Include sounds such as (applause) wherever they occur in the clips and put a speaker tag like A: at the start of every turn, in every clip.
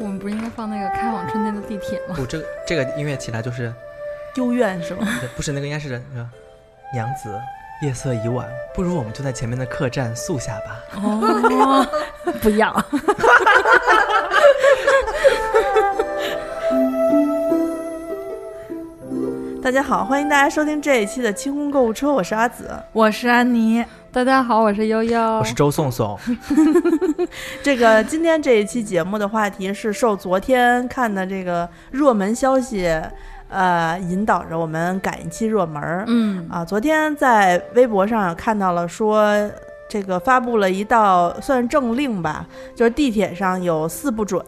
A: 我们不是应该放那个开往春天的地铁吗？
B: (laughs) 不，这个这个音乐起来就是，
C: 幽怨是吗？
B: 不是那个应该是呃娘子，夜色已晚，不如我们就在前面的客栈宿下吧。
A: 哦，不要。
C: 大家好，欢迎大家收听这一期的清空购物车，我是阿紫，
D: 我是安妮，
A: 大家好，我是悠悠
B: 我。是周颂
C: (laughs)
B: 颂，
C: 这个今天这一期节目的话题是受昨天看的这个热门消息，呃，引导着我们赶一期热门儿、
A: 嗯
C: 啊。昨天在微博上看到了说，这个发布了一道算是政令吧，就是地铁上有四不准，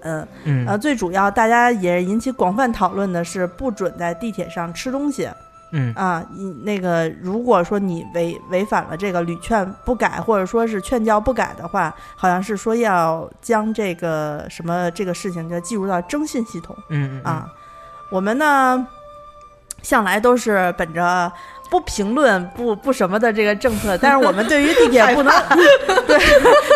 B: 嗯
C: 呃，最主要大家也引起广泛讨论的是不准在地铁上吃东西。
B: 嗯 (laughs)
C: 啊，你那个如果说你违违反了这个屡劝不改，或者说是劝教不改的话，好像是说要将这个什么这个事情就计入到征信系统
B: 嗯嗯
C: 啊。我们呢，向来都是本着。不评论不不什么的这个政策，但是我们对于地铁不能对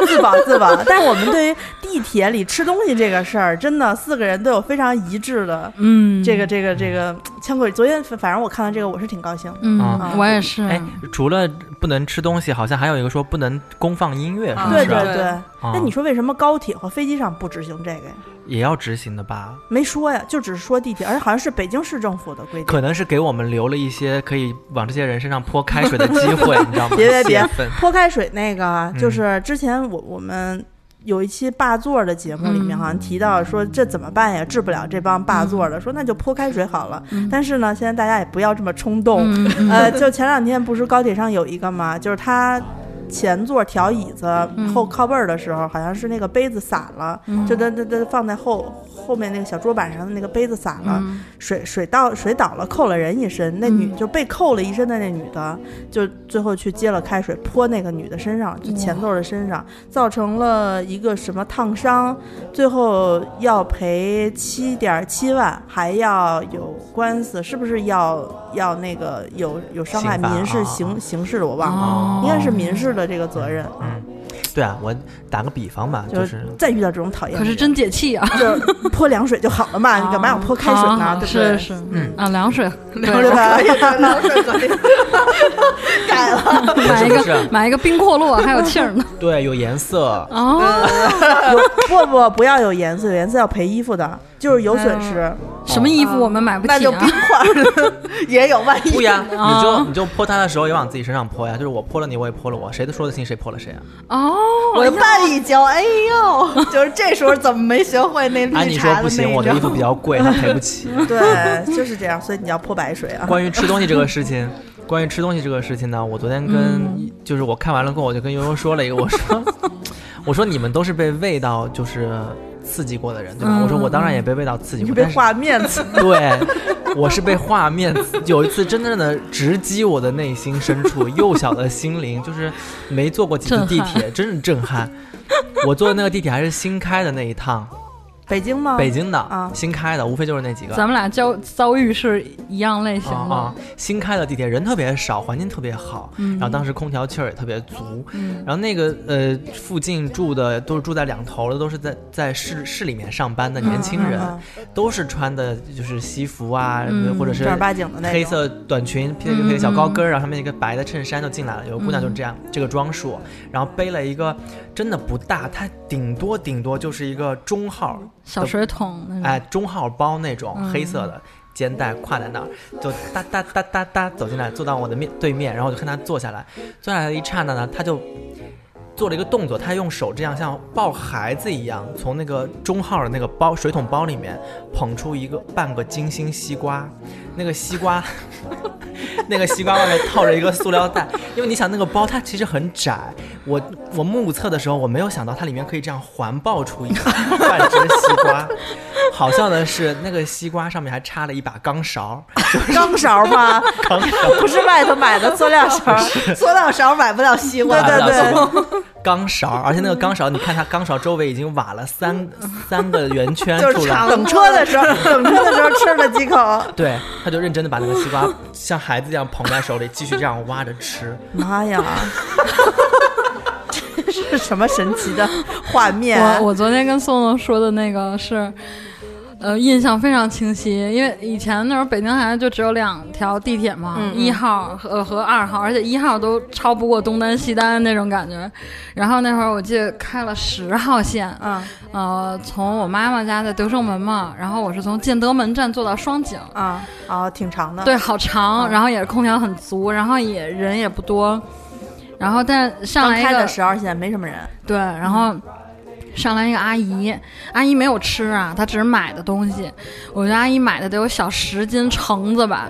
C: 自保自保，但是我们对于地铁里吃东西这个事儿，真的四个人都有非常一致的
A: 嗯，
C: 这个这个这个枪口。昨天反正我看到这个，我是挺高兴的。
A: 嗯
B: 啊，
A: 我也是。
B: 哎，除了不能吃东西，好像还有一个说不能公放音乐，是
D: 啊
B: 不
C: 对
B: 是？
C: 对
D: 对
C: 对，
B: 啊
C: 那你说为什么高铁和飞机上不执行这个呀？
B: 也要执行的吧？
C: 没说呀，就只是说地铁，而且好像是北京市政府的规定。
B: 可能是给我们留了一些可以往这些人身上泼开水的机
C: (laughs)
B: 会，你知道吗？
C: 别别别
B: 泄愤
C: 泼开水那个，
B: 嗯
C: 就是之前我我们有一期霸座的节目里面，
B: 嗯
C: 好像提到说这怎么办呀？治不了这帮霸座的，说那就泼开水好了。
B: 嗯
C: 但是呢，现在大家也不要这么冲动。
A: 嗯嗯
B: (laughs)
C: 呃，就前两天不是高铁上有一个嘛，就是他。前座调椅子
B: 嗯
C: 后靠背儿的时候，好像是那个杯子散了，
A: 嗯
C: 就它它它放在后后面那个小桌板上的那个杯子散了，
A: 嗯
C: 水水倒水倒了，扣了人一身，那
B: 嗯
C: 女、就被扣了一身的那女的，就最后去接了开水泼那个女的身上，就前座的身上，造成了一个什么烫伤，最后要赔七点七万，还要有官司，是不是要要那个有有伤害
B: 刑法
C: 民事
B: 啊
C: 刑刑事的我忘了，
B: 哦
C: 应该是民事的这个责任，
B: 嗯，对啊，我打个比方嘛，
C: 就
B: 就是
C: 是再遇到这种讨厌的人，
A: 可是真解气啊！
C: 就泼凉水就好了
A: (laughs)
C: 嘛，啊你干嘛要泼开水
A: 好
C: 呢
A: 好？
C: 对不
A: 啊是
C: 对？
A: 是，
B: 嗯
A: 啊，凉水，
C: 对
A: 对，
C: 吧？ (laughs)
A: 买一
B: 不是
A: 个
B: 不是
A: 买一个冰阔洛，还有气
C: (laughs)
A: 儿呢。
B: 对有颜色，
A: 哦，
C: 不不，不要有颜色，有颜色要赔衣服的，就是有损失。
A: 什么衣服我们买不起
D: 那就冰
A: 啊？
D: 块儿 (laughs) 也有万
B: (laughs)
D: 一
B: 不呀，
A: 啊
B: 你就你就泼他的时候也往自己身上泼呀，就是我泼了你，我也泼了我，谁都说得清谁泼了谁啊？
A: 哦，
D: 我就绊一跤，哎呦， (laughs) 就是这时候怎么没学会那
B: 安妮
D: 绿
B: 说
D: 茶
B: 不
D: 的那
B: 行，我
D: 一
B: 的衣服
D: 招？
B: 比较贵，他赔不起。
C: 对，就是这样，所以你要泼白水啊。
B: 关于吃东西这个事情，关于吃东西这个事情呢，我昨天跟、就是我看完了过后，我就跟悠悠说了一个，我说 (laughs) 我说你们都是被味道就是刺激过的人，对吧？
A: 嗯
B: 我说我当然也被味道刺激
C: 你
B: 过，
C: 被
B: 但是
C: 画
B: (laughs)
C: 面刺，
B: 对，我是被画面刺有一次真正的直击我的内心深处，幼小的心灵，就是没坐过几次地铁，真是震撼。我坐的那个地铁还是新开的那一趟，
C: 北京吗？
B: 北京的、
C: 啊
B: 新开的，无非就是那几个。
A: 咱们俩遭遭遇是一样类型
B: 啊
A: 的
B: 啊。！新开的地铁人特别少，环境特别好，
A: 嗯
B: 然后当时空调气儿也特别足。
A: 嗯
B: 然后那个呃，附近住的都是住在两头的，都是在在市市里面上班的年轻人，
C: 嗯嗯
B: 都是穿的就是西服啊，
A: 嗯
B: 或者是
C: 正儿八经的那种
B: 黑色短裙，披了一个黑小高跟儿，然后上面一个白的衬衫就进来了。有个姑娘就这样，
C: 嗯
B: 这个装束，然后背了一个真的不大，它顶多顶多就是一个中号，
A: 小水桶
C: 嗯
A: 那种。
B: 哎，中号包那种黑色的，肩带挎在那儿，就哒哒哒哒哒走进来，坐到我的面对面，然后我就看他坐下来，坐下来的一刹那呢，他就做了一个动作，他用手这样像抱孩子一样，从那个中号的那个包水桶包里面捧出一个半个金星西瓜，那个西瓜。那个西瓜外面套着一个塑料袋，因为你想那个包它其实很窄，我我目测的时候我没有想到它里面可以这样环抱出一个半只西瓜。好笑的是那个西瓜上面还插了一把钢勺，
C: 钢勺
B: (laughs)
C: 吗？
B: 钢勺。 (laughs)
C: 不是外头买的塑料勺，
D: 塑料勺买不了西
C: 对
D: 瓜，
C: 对
B: 对
C: 对，
B: 钢勺，而且那个钢勺，你看它钢勺周围已经瓦了三三个圆圈
D: 就是
B: 出来，(laughs)
D: 长
C: 等车的时候，等车的时候吃了几口，
B: 对，他就认真的把那个西瓜像孩子一样捧在手里，继续这样挖着吃。
C: 妈呀！ (laughs) 这是什么神奇的画面啊？
A: 我我昨天跟宋宋说的那个是，呃，印象非常清晰，因为以前那时候北京好像就只有两条地铁嘛，
C: 嗯嗯
A: 一号和呃和二号，而且一号都超不过东单西单那种感觉。然后那会儿我记得开了十号线，
C: 嗯
A: 呃，从我妈妈家在德胜门嘛，然后我是从建德门站坐到双井，
C: 啊啊，挺长的。
A: 对，好长，
C: 嗯
A: 然后也是空调很足，然后也人也不多，然后但上
C: 刚
A: 来一
C: 开
A: 个
C: 的十号线没什么人，
A: 对，然后上来一个阿姨，阿姨没有吃啊，她只是买的东西。我觉得阿姨买的得有小十斤橙子吧，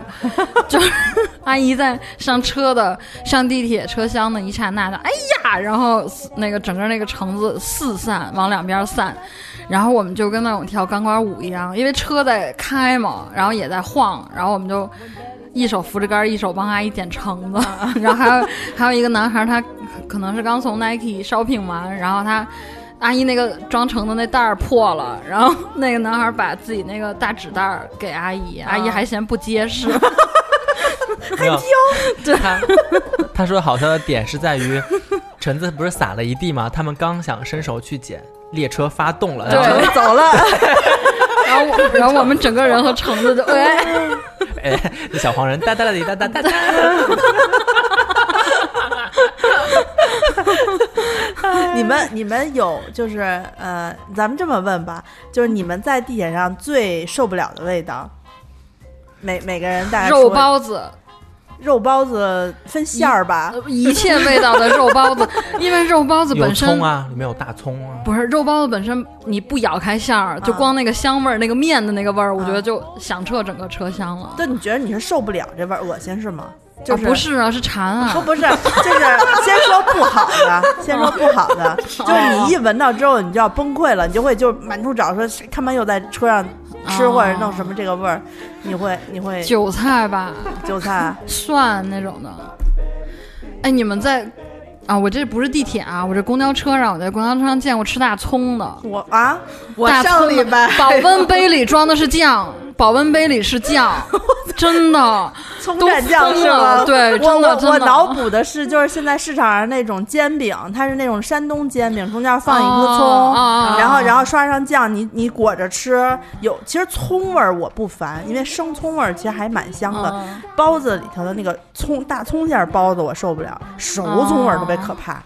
A: 就是 (laughs) 阿姨在上车的上地铁车厢的一刹那的，哎呀，然后那个整个那个橙子四散往两边散。然后我们就跟那种跳钢管舞一样，因为车在开嘛，然后也在晃，然后我们就一手扶着杆儿，一手帮阿姨捡橙子。 (laughs) 然后还有还有一个男孩儿，他可能是刚从 Nike shopping 完，然后他阿姨那个装橙子那袋儿破了，然后那个男孩儿把自己那个大纸袋儿给阿姨，
C: 啊
A: 阿姨还嫌不结
C: (laughs)
A: 实。
B: 没有， (laughs) 他他说好笑的点是在于，橙子不是撒了一地吗？他们刚想伸手去捡，列车发动了，然后
A: 对
C: 我走了。 (laughs)
A: 然后我然后我们整个人和橙子就哎，
B: 哎，这小黄人哒哒哒滴哒哒哒哒。
C: 你们你们有就是呃，咱们这么问吧，就是你们在地铁上最受不了的味道，每每个人大概 (laughs) 说
A: 肉包子，
C: 肉包子分馅儿吧，
A: 呃一切味道的肉包
C: (laughs)
A: 子，因为肉包子
B: 有
A: 本身
B: 葱啊，里面有大葱啊。
A: 不是肉包子本身，你不咬开馅儿，就
C: 啊
A: 光那个香味儿、那个面的那个味儿，我觉
C: 啊
A: 得就响彻整个车厢了。
C: 就你觉得你是受不了这味儿恶心是吗？就
A: 啊
C: 是、
A: 不是啊，是馋啊，
C: (laughs) 不不是，就是先说不好的，先说不好的，
A: 哦
C: 就是你一闻到之后，你就要崩溃了，你就会就满处找说，谁他妈又在车上吃
A: 哦
C: 或者弄什么这个味儿，你会你会
A: 韭菜吧，
C: 韭菜啊
A: 蒜那种的。哎，你们在啊？我这不是地铁啊，我这公交车上，我在公交车上见过吃大葱的，
C: 我啊，
D: 我
A: 大葱
D: 上
A: 的
D: 礼拜
A: 保
D: (laughs)
A: 温杯里装的是酱，保温杯里是酱，真
D: (laughs)
A: 的。
C: 葱
A: 都
C: 蘸酱
A: 疯
C: 是
A: 了
C: 吗？
A: 对
C: 我
A: 真的
C: 我
A: 真
C: 我
A: 的
C: 脑补的是，就是现在市场上那种煎饼，它是那种山东煎饼，中间放一颗
A: 哦
C: 葱，
A: 哦哦
C: 然后
A: 哦
C: 然后刷上酱，你你裹着吃。有其实葱味儿我不烦，因为生葱味儿其实还蛮香的。
A: 嗯
C: 包子里头的那个葱大葱馅儿包子我受不了，熟葱味儿特别可
A: 哦
C: 怕，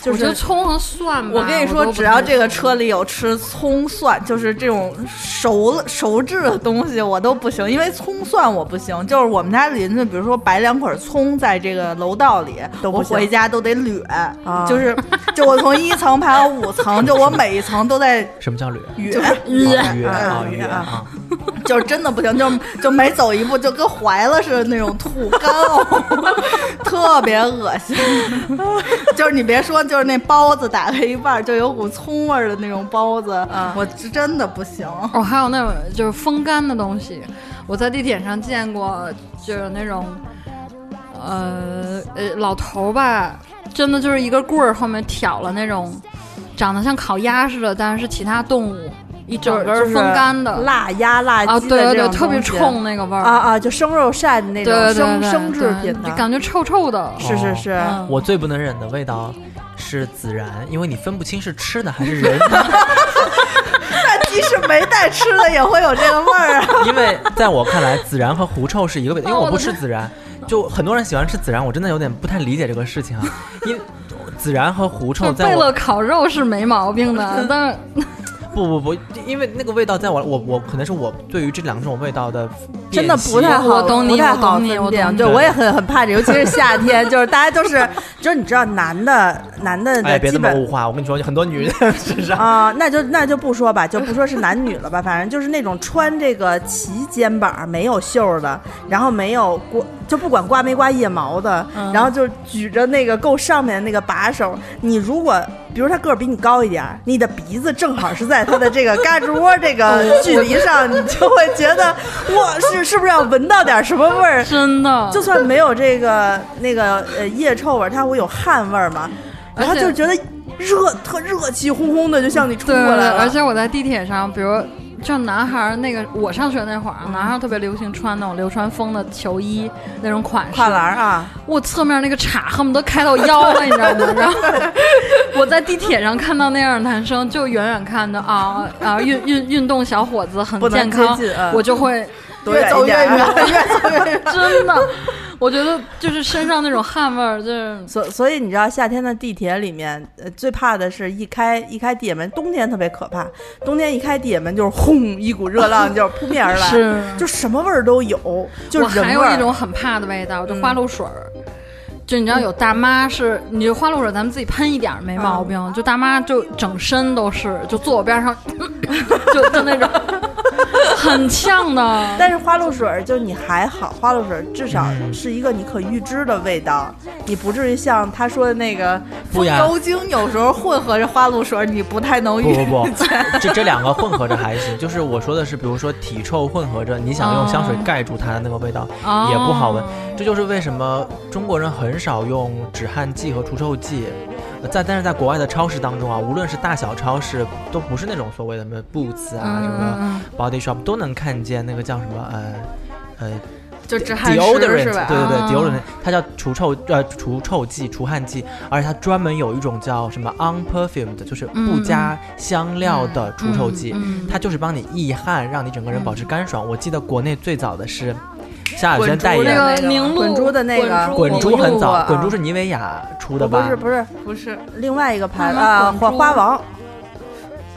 C: 就
A: 嗯我觉得
C: 是。
A: 葱和蒜吧，
D: 我跟你
A: 我
D: 说
A: 都，不
D: 只要
A: 太
D: 这个车里有吃葱蒜，就是这种熟了熟制的东西，我都不行，因为葱蒜我不行。就是我们家邻居，比如说摆两捆葱在这个楼道里，
C: 都不
D: 我
C: 行
D: 回家都得捋，
C: 啊
D: 就是就我从一层排到五层，就我每一层都在
B: 什么叫捋？
D: 捋，
B: 啊捋
C: 啊
B: 啊捋
C: 捋
B: 啊！
D: 就是真的不行，就就每走一步就跟怀了似的那种吐干呕， (laughs) 特别恶心。 (laughs) 就是你别说，就是那包子打开一半儿就有股葱味儿的那种包子，
C: 嗯
D: 我是真的不行。
A: 哦，还有那种就是风干的东西，我在地铁上见过，就是那种，呃呃，老头儿吧，真的就是一根棍儿后面挑了那种，长得像烤鸭似的，但是是其他动物，一整根儿风干的，
C: 辣鸭、辣
A: 啊，
C: 鸡
A: 对
C: 的
A: 对对，
C: 这种
A: 特别
C: 东西
A: 冲那个味儿，
C: 啊啊！就生肉晒的那
A: 对
C: 种
A: 对对
C: 生
A: 对
C: 生制品
A: 对
C: 的，
A: 感觉臭臭的。
C: 是是是，
A: 嗯
B: 啊我最不能忍的味道是孜然，因为你分不清是吃的还是人，
A: (laughs)
D: 但即使没带吃的，也会有这个味
A: (laughs)
D: 儿啊。
B: 因为在我看来，孜然和狐臭是一个味道，因为
A: 哦
B: 我不
A: 我
B: 吃孜然，就很多人喜欢吃孜然，我真的有点不太理解这个事情啊，因为孜然和狐臭
A: 就是
B: 在
A: 贝
B: 我
A: 勒烤肉是没毛病
C: (laughs)
A: 的，但是
B: 不不不，因为那个味道在我我我可能是我对于这两种味道的
C: 真的
B: 辨析
C: 不太好，
A: 我懂你
C: 不太好
A: 我懂你
C: 分
A: 我懂
C: 辨。
A: 你
C: 对，
B: 对
C: 我也很很怕这，尤其是夏天，就是大家都是，就是你知道，男的男的
B: 哎，
C: 的
B: 别
C: 基
B: 这么
C: 本
B: 物化，我跟你说，很多
C: (laughs)
B: 女人身上。
C: 啊、那就那就不说吧，就不说是男女了吧，反正就是那种穿这个齐肩膀没有袖儿的，然后没有刮，就不管刮没刮腋毛的，
A: 嗯
C: 然后就举着那个够上面的那个把手，你如果比如他个儿比你高一点儿，你的鼻子正好是在他的这个胳肢窝这个距离上，你就会觉得哇，是是不是要闻到点什么味儿？
A: 真的
C: 就算没有这个那个呃腋臭味儿，它会有汗味儿嘛。然后
A: 而且
C: 就觉得热，特热气烘烘的，就向你冲
A: 对
C: 过
A: 对对，
C: 来了。
A: 而且我在地铁上，比如像男孩儿那个，我上学那会
C: 嗯
A: 儿啊，男孩儿特别流行穿那种流川枫的球衣那种款式，
C: 跨栏
A: (laughs)
C: 啊，
A: 我侧面那个叉恨不得开到腰了，你知道吗？然
C: (laughs)
A: 后我在地铁上看到那样的男生，就远远看着啊啊，运运运动小伙子很
C: 不能
A: 健康
C: 接近啊，
A: 我就
C: (laughs)
A: 会
C: 躲
D: 越
C: 远
D: 走
C: 一
D: 越
C: 点 (laughs)
D: 远，
C: 啊。
D: 越走越远。
A: 真的，我觉得就是身上那种汗味儿，就是
C: 所所以你知道夏天的地铁里面，呃，最怕的是一开一开地铁门，冬天特别可怕。冬天一开地铁门就是轰，一股热浪就是扑面而来，
A: 是
C: 就什么味儿都有，就
A: 我
C: 是人
A: 还
C: 味
A: 有
C: 儿
A: 一种很怕的味道，就花露水儿。就你知道有大妈是，你就花露水咱们自己喷一点儿没毛病，就大妈就整身都是，就坐我边上，就就那种很呛的。
C: 但是花露水儿就你还好，花露水儿至少是一个你可预知的味道，你不至于像他说的那个
B: (laughs) 不呀，
D: 油精有时候混合着花露水，你不太能
B: 不
D: 遇
B: 不不，这这两个混合着还行。就是我说的是，比如说体臭混合着，你想用香水盖住它的那个味道，
A: 哦
B: 也不好闻。啊这就是为什么中国人很少用止汗剂和除臭剂。呃在但是在国外的超市当中啊，无论是大小超市，都不是那种所谓的什么 Boots 啊、什么
A: 嗯
B: Body Shop，都能看见那个叫什么呃呃
D: 就止汗石
B: deodorant，
D: 是吧？
B: 对对对、
A: 啊
B: deodorant，它叫除臭呃除臭剂、除汗剂，而且它专门有一种叫什么 unperfumed，就是不加香料的除臭剂，
A: 嗯嗯嗯
B: 它就是帮你抑汗，让你整个人保持干爽。我记得国内最早的是夏小
D: 滚
B: 轩代
D: 珠
A: 那
B: 言。
A: 个凝露
C: 滚珠的那个
B: 滚珠
C: 我用
B: 很
C: 过啊
B: 早，滚珠是妮维雅出的
C: 不
B: 吧？
C: 是不是
D: (laughs) 不是，
C: 另外一个牌子
A: 慢慢
C: 啊，
A: 滚
C: 花
A: 珠
C: 花王，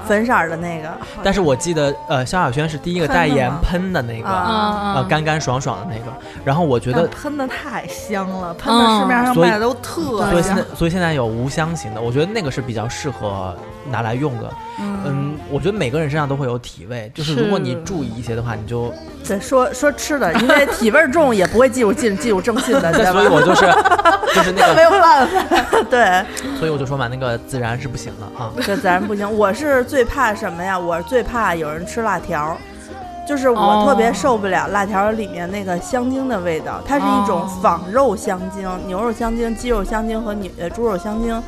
C: 粉色儿的那个，
B: 但是我记得，呃，萧亚轩是第一个
C: 喷的
B: 代言
C: 吗
B: 喷的那个，
A: 嗯
C: 啊
A: 嗯
B: 呃，干干爽爽的那个。然后我觉
D: 但
B: 得，
D: 喷的太香了，喷
C: 嗯
D: 的市面上
B: 所以
D: 卖的都特
B: 所以现
D: 香 (laughs)
B: 在，，所以现在有无香型的，我觉得那个是比较适合拿来用的。嗯，我觉得每个人身上都会有体味，就是如果你
A: 是
B: 注意一些的话，你就。
C: 对，说说吃的，因为
B: (laughs)
C: 体味儿重也不会记住进记住正信的，对
B: 但
C: 吧？
B: 所以我
C: (laughs)
B: 就是，就是那
C: 没
B: 个，
C: 有办法， (laughs) 对，
B: 所以我就说嘛，那个自然是不行的啊。
C: 这自然不行。我是最怕什么呀？我是最怕有人吃辣条儿，就是我特别
A: 哦
C: 受不了辣条儿里面那个香精的味道，它是一种
A: 哦
C: 仿肉香精，牛肉香精、鸡肉香精和牛呃猪肉香精，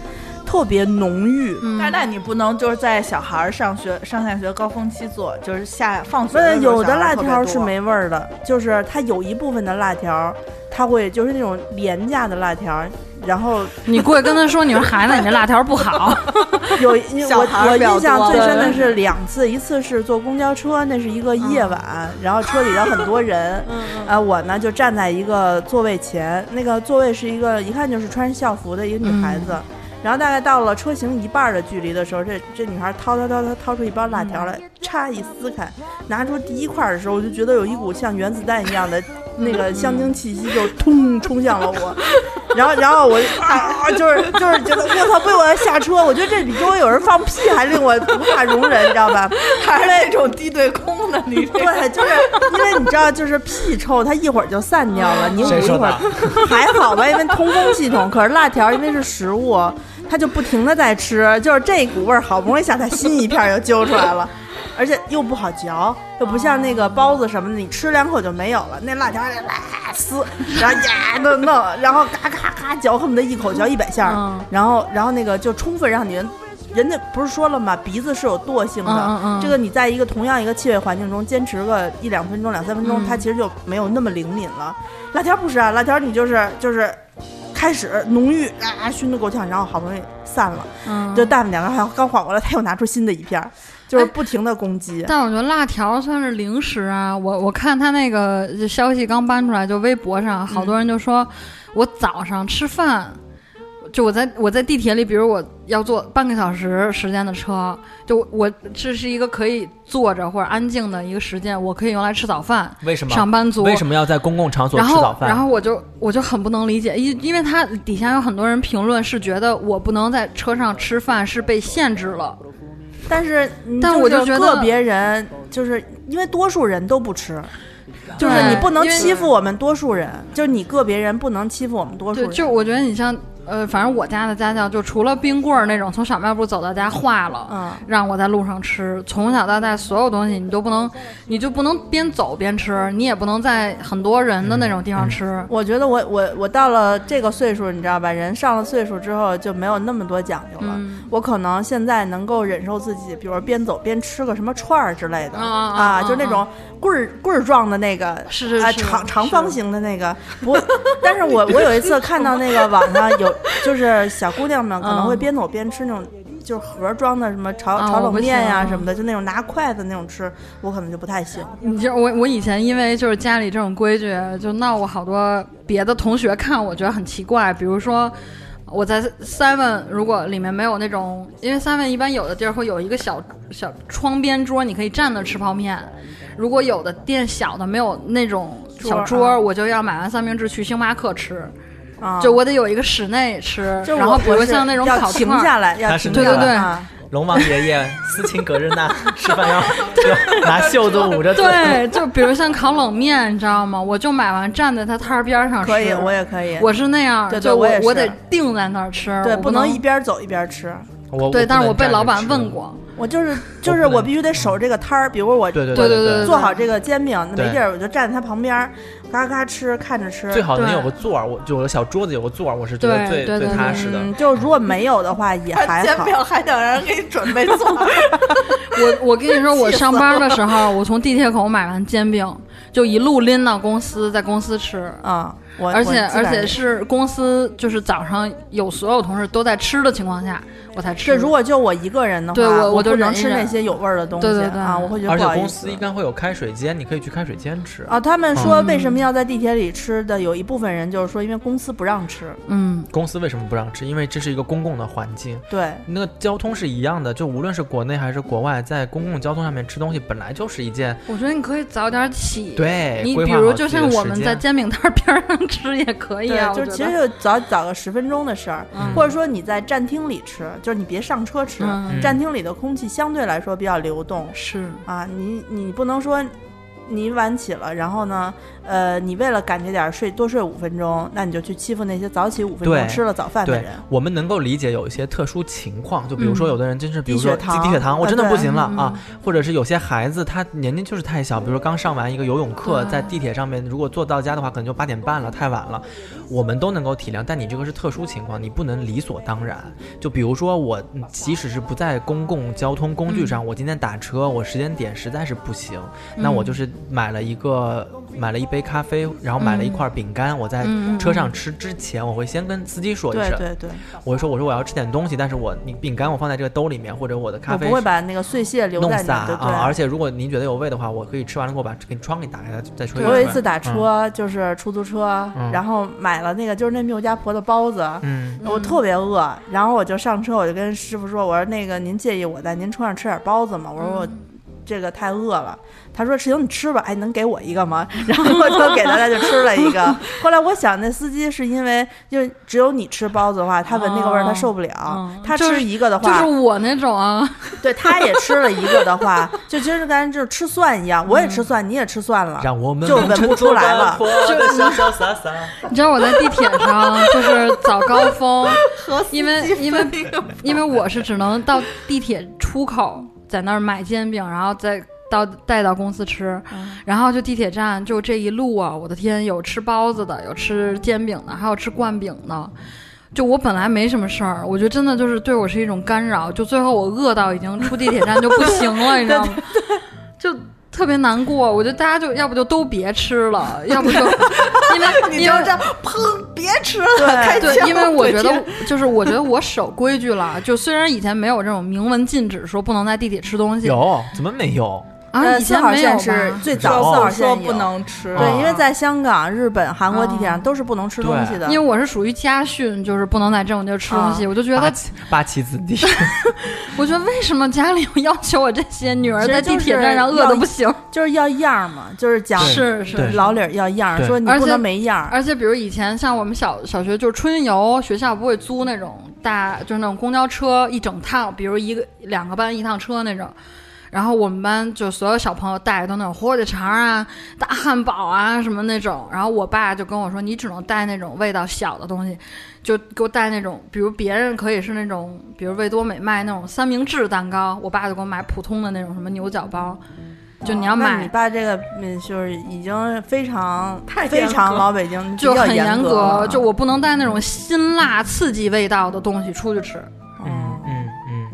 C: 特别浓郁。
A: 嗯
D: 但是但你不能就是在小孩儿上学上下学高峰期做，就是下放学
C: 不是
D: 时候
C: 有的
D: 小孩
C: 辣
D: 儿特别
C: 条儿是
D: 多
C: 没味儿的，就是它有一部分的辣条儿，它会就是那种廉价的辣条儿，然后
A: 你过去跟他说，你说孩子，你这辣条不好。
D: (laughs)
C: 有因为
D: 小
C: 我
D: 孩儿
C: 我
D: 比较
C: 印象
D: 多
C: 最深的是两次，一次是坐公交车，那是一个夜
D: 嗯
C: 晚，然后车里头很多
D: (laughs)
C: 人，啊，我呢就站在一个座位前，那个座位是一个一看就是穿校服的一个女孩
D: 嗯
C: 子。然后大概到了车行一半的距离的时候，这这女孩掏掏掏掏掏出一包辣条来，嚓一撕开，拿出第一块的时候，我就觉得有一股像原子弹一样的那个香精气息就通冲向了我，然后然后我就啊，就是就是觉得我操，不，我要下车，我觉得这比周围有人放屁还令我无法容忍，你知道吧？
D: 还是那种地对空的，你这
C: 对，就是因为你知道，就是屁臭，它一会儿就散掉了，你捂
B: 谁
C: 一
B: 说
C: 会
B: 的
C: 儿 (laughs) 还好吧，因为通风系统。可是辣条因为是食物，它就不停的在吃，就是这股味儿好不容易下它新一片儿又揪出来了。而且又不好嚼，又不像那个包子什么的，你吃两口就没有了。那辣条得啦撕，然后呀弄弄，然后嘎嘎嘎嚼，恨不得一口嚼一百下儿，
A: 嗯
C: 然后然后那个就充分让你人。人家不是说了吗？鼻子是有惰性的，
A: 嗯嗯嗯
C: 这个你在一个同样一个气味环境中坚持个一两分钟、两三分钟，
A: 嗯
C: 它其实就没有那么灵敏了。辣条不是啊，辣条你就是就是开始浓郁啊，熏得够呛，然后好不容易散了，
A: 嗯
C: 就大大两个还刚缓过来，他又拿出新的一片儿，就是
A: 哎
C: 不停的攻击。
A: 但我觉得辣条算是零食啊。我我看他那个消息刚搬出来，就微博上好多人
B: 嗯
A: 就说，我早上吃饭，就我在我在地铁里，比如我要坐半个小时时间的车，就我我这是一个可以坐着或者安静的一个时间，我可以用来吃早饭。
B: 为什么？
A: 上班族
B: 为什么要在公共场所
A: 然
B: 吃
A: 后
B: 早，饭？
A: 然后我就我就很不能理解，因因为他底下有很多人评论是觉得我不能在车上吃饭是被限制了，
C: 但是，
A: 但
C: 是
A: 我就觉得
C: 个别人就是因为多数人都不吃，就是
A: 对
C: 你不能
A: 因为
C: 欺负我们多数人，就是你个别人不能欺负我们多数
A: 对，
C: 人。
A: 就我觉得你像呃，反正我家的家教就除了冰棍儿那种从小卖部走到家化了，
C: 嗯
A: 让我在路上吃。从小到大，所有东西你都不能，你就不能边走边吃，你也不能在很多人的那种地方吃。
C: 我觉得我我我到了这个岁数，你知道吧？人上了岁数之后就没有那么多讲究了。
A: 嗯
C: 我可能现在能够忍受自己，比如边走边吃个什么串儿之类的
A: 啊啊啊啊
C: 就那种棍儿棍儿状的那个，
A: 是是
C: 啊
A: 是
C: 长
A: 是
C: 长方形的
A: (laughs)
C: 那个。不，但是我我有一次看到那个网上有，就是小姑娘们可能会
A: 嗯
C: 边走边吃那种。就是盒装的什么炒
A: 啊
C: 炒
A: 我
C: 冷
A: 不
C: 面呀、
A: 行
C: 什么的，就那种拿筷子那种吃，我可能就不太行。
A: 你知道我我以前因为就是家里这种规矩，就闹过好多别的同学看我觉得很奇怪，比如说。我在 Seven 如果里面没有那种，因为 Seven 一般有的地儿会有一个小小窗边桌，你可以站那儿吃泡面。如果有的店小的没有那种小
C: 桌
A: 桌
C: 儿啊
A: 儿，我就要买完三明治去星巴克吃，
C: 啊，
A: 就我得有一个室内吃。
C: 就
A: 然后
C: 我
A: 比如
C: 我是
A: 像那种
C: 要
A: 烤
C: 停
A: 串儿，
C: 下来，要
B: 它是
C: 停
B: 那
A: 个
C: 下来
A: 对
C: 啊
B: 龙王爷爷斯琴格日
A: (laughs)
B: 娜吃饭要要拿袖子捂着嘴，
A: 对，就比如像烤冷面，你知道吗？我就买完站在他摊儿边儿上吃。
C: 可以，我也可以。
A: 啊我是那样，
C: 对对
A: 就
C: 我也是
A: 我得定在那儿吃，
C: 对，
A: 我不
C: 能一
A: 一。
C: 边走一边吃。
B: 我
A: 对，但是我被
B: 不能站着
A: 老板
B: 吃
A: 问，过，
C: 我
A: (laughs)
C: 就是就是
B: 不能
C: 我必须得守这个摊儿，比如我
B: 对对
A: 对
B: 对
A: 对对
C: 做好这个煎饼，那
B: 对
C: 没地儿我就站在它旁边儿，嘎嘎吃，看着吃。
B: 最好能
A: 对
B: 有个座儿，我就有个小桌子，有个座儿，我是觉得
A: 对
B: 最
A: 对
B: 最
A: 对
B: 踏
A: 对
B: 实的。
C: 嗯，就如果没有的话也
A: (laughs)
C: 还
D: 煎
C: 好。
D: 饼还得让人给你准备做，
C: (laughs)
A: 我我跟你说，我上班的时候，我从地铁口买完煎饼，就一路拎到公司，在公司吃。
C: 啊，我
A: 而且
C: 我基
A: 而
C: 本上
A: 且是公司，就是早上有所有同事都在吃的情况下，我才吃。
C: 这如果就我一个人的话，
A: 对我我就
C: 不能
A: 忍一
C: 吃那
A: 忍
C: 些有味儿的东西
A: 对对对
C: 啊，我会觉得
B: 而
C: 不
B: 且
C: 好意
B: 公
C: 思
B: 司应嗯该会有开水间，你可以去开水间吃。
C: 啊，他们说为什么要在地铁里吃的？有一部分人就是说，因为公司不让吃。
A: 嗯，
B: 公司为什么不让吃？因为这是一个公共的环境，
C: 对，
A: 哎
B: 那个交通是一样的，就无论是国内还是国外，在公共交通上面吃东西本来就是一件
A: 我觉得你可以早点起。，
B: 对。
A: 你
B: 规
A: 比
B: 划
A: 如
B: 好
A: 就
B: 自己
A: 像
B: 的
A: 我
B: 时
A: 们
B: 间
A: 在煎饼摊儿 (laughs) 边儿上吃也可以啊。
C: 对，就是
A: 我
C: 其
A: 觉
C: 实
A: 得
C: 就早早个十分钟的事儿，
A: 嗯
C: 或者说你在站厅里吃，就是你别上车吃，
A: 嗯
C: 站厅里的空气相对来说比较流动
A: 是
C: 啊，你你不能说。你晚起了，然后呢？呃，你为了赶这点儿睡，多睡五分钟，那你就去欺负那些早起五分
B: 对
C: 钟吃了早饭的
B: 对
C: 人。，
B: 我们能够理解有一些特殊情况，就比如说
A: 嗯
B: 有的人真是，比
C: 低
B: 如说
C: 血糖
B: 低血糖，我
C: 啊
B: 真的
C: 对
B: 不行了
A: 嗯
B: 啊，或者是有些孩子他年龄就是太小，比如说刚上完一个游泳课，
A: 对
B: 在地铁上面，
C: 嗯
B: 如果坐到家的话，可能就八点半了，太晚了，我们都能够体谅。但你这个是特殊情况，你不能理所当然。就比如说我，嗯即使是不在公共交通工具
C: 嗯
B: 上，我今天打车，我时间点实在是不行，那我
A: 嗯
B: 就是买了一个买了一杯咖啡，然后买了一
A: 嗯
B: 块饼干，我在
A: 嗯嗯
B: 车
A: 嗯
B: 上吃之前，我会先跟司机说一
C: 对
B: 声。
C: 对对，
B: 我说我说我要吃点东西，但是我你饼干我放在这个兜里面，或者我的咖
C: 我
B: 啡
C: 不会把那个碎屑留
B: 弄
C: 在你
B: 洒
C: 的。对，
B: 啊。而且如果您觉得有味的话，我可以吃完了给我把给窗给打开再出去。
C: 我有一次打车，就是出租车，
B: 嗯
C: 然后买了那个就是那缪家婆的包子，
B: 嗯，
C: 我特别饿，然后我就上车，我就跟师傅说：“我说那个您介意我在您车上吃点包子吗？”我说我
A: 嗯
C: 这个太饿了。他说：“行，你吃吧。”哎，能给我一个吗？ (laughs) 然后我就给他，他就吃了一个。后来我想，那司机是因为就只有你吃包子的话，他闻那个味儿他受不了，
A: 哦
C: 他
A: 就是
C: 吃一个的
A: 就
C: 话，
A: 是我那种啊，
C: 对，他也吃了一个的话， (laughs) 就其实感觉就是吃蒜一样，
B: 嗯
C: 我也吃蒜，你也吃蒜了，
B: 让我们
C: 啊就闻不出来了。
B: 就潇潇洒洒。
A: 你知道我在地铁上就是早高峰，因为因为因为我是只能到地铁出口在那儿买煎饼，然后再到带到公司吃，然后就地铁站就这一路啊，我的天，有吃包子的，有吃煎饼的，还有吃灌饼的。就我本来没什么事儿，我觉得真的就是对我是一种干扰，就最后我饿到已经出地铁站就不行了，你知道吗？就特别难过，我觉得大家就要不就都别吃了，要不就因为
D: 你
A: 因
D: 就
A: 为
D: 这样砰，别吃
C: 对
D: 了，
C: (laughs)
D: 开
A: 对，
D: 枪
A: 因为我觉
D: 对
A: 得就是我觉得我守规矩了，就虽然以前没有这种明文禁止说不能在地铁吃东西，
B: (laughs) 有怎么没
C: (laughs)
B: 有？
A: 啊，
C: 呃，
A: 以
C: 四
A: 前
C: 号
A: 没有
C: 线是
A: 吧？
C: 最
B: 有哦
C: 早，四号
D: 我
C: 线
D: 说
C: 有
D: 不能吃，
B: 啊
C: 对，因为在香港、日本、韩国地铁
A: 哦
C: 上都是不能吃东西的。
A: 因为我是属于家训，就是不能在这种地儿吃东西，
C: 啊
A: 我就觉
B: 八
A: 得，
B: 旗八旗子弟，
A: 我觉得为什么家里有要求我这些？女儿
C: 其实
A: 在地铁站上
C: 就是
A: 饿的不行，
C: 就是要样儿嘛，就是讲
B: 对
A: 是
B: 对
A: 是。
C: 老理儿要样儿，
B: 对
C: 说你
A: 而
C: 不
A: 且
C: 能没样儿。
A: 而且，比如以前像我们小小学，就是春游，学校不会租那种大，就是那种公交车一整趟，比如一个两个班一趟车那种。然后我们班就所有小朋友带的都那种火腿肠啊、大汉堡啊什么那种。然后我爸就跟我说，你只能带那种味道小的东西，就给我带那种，比如别人可以是那种，比如味多美卖那种三明治蛋糕，我爸就给我买普通的那种什么牛角包。就你要
C: 那
A: 买
C: 你爸这个嗯，就是已经非常
D: 太
C: 非
D: 严
C: 常
D: 格
C: 老北京，
A: 就
C: 比较
A: 很
C: 严啊
A: 格，
C: 了
A: 就我不能带那种辛辣刺激味道的东西出去吃。
B: (laughs)
C: 嗯
B: 嗯嗯嗯，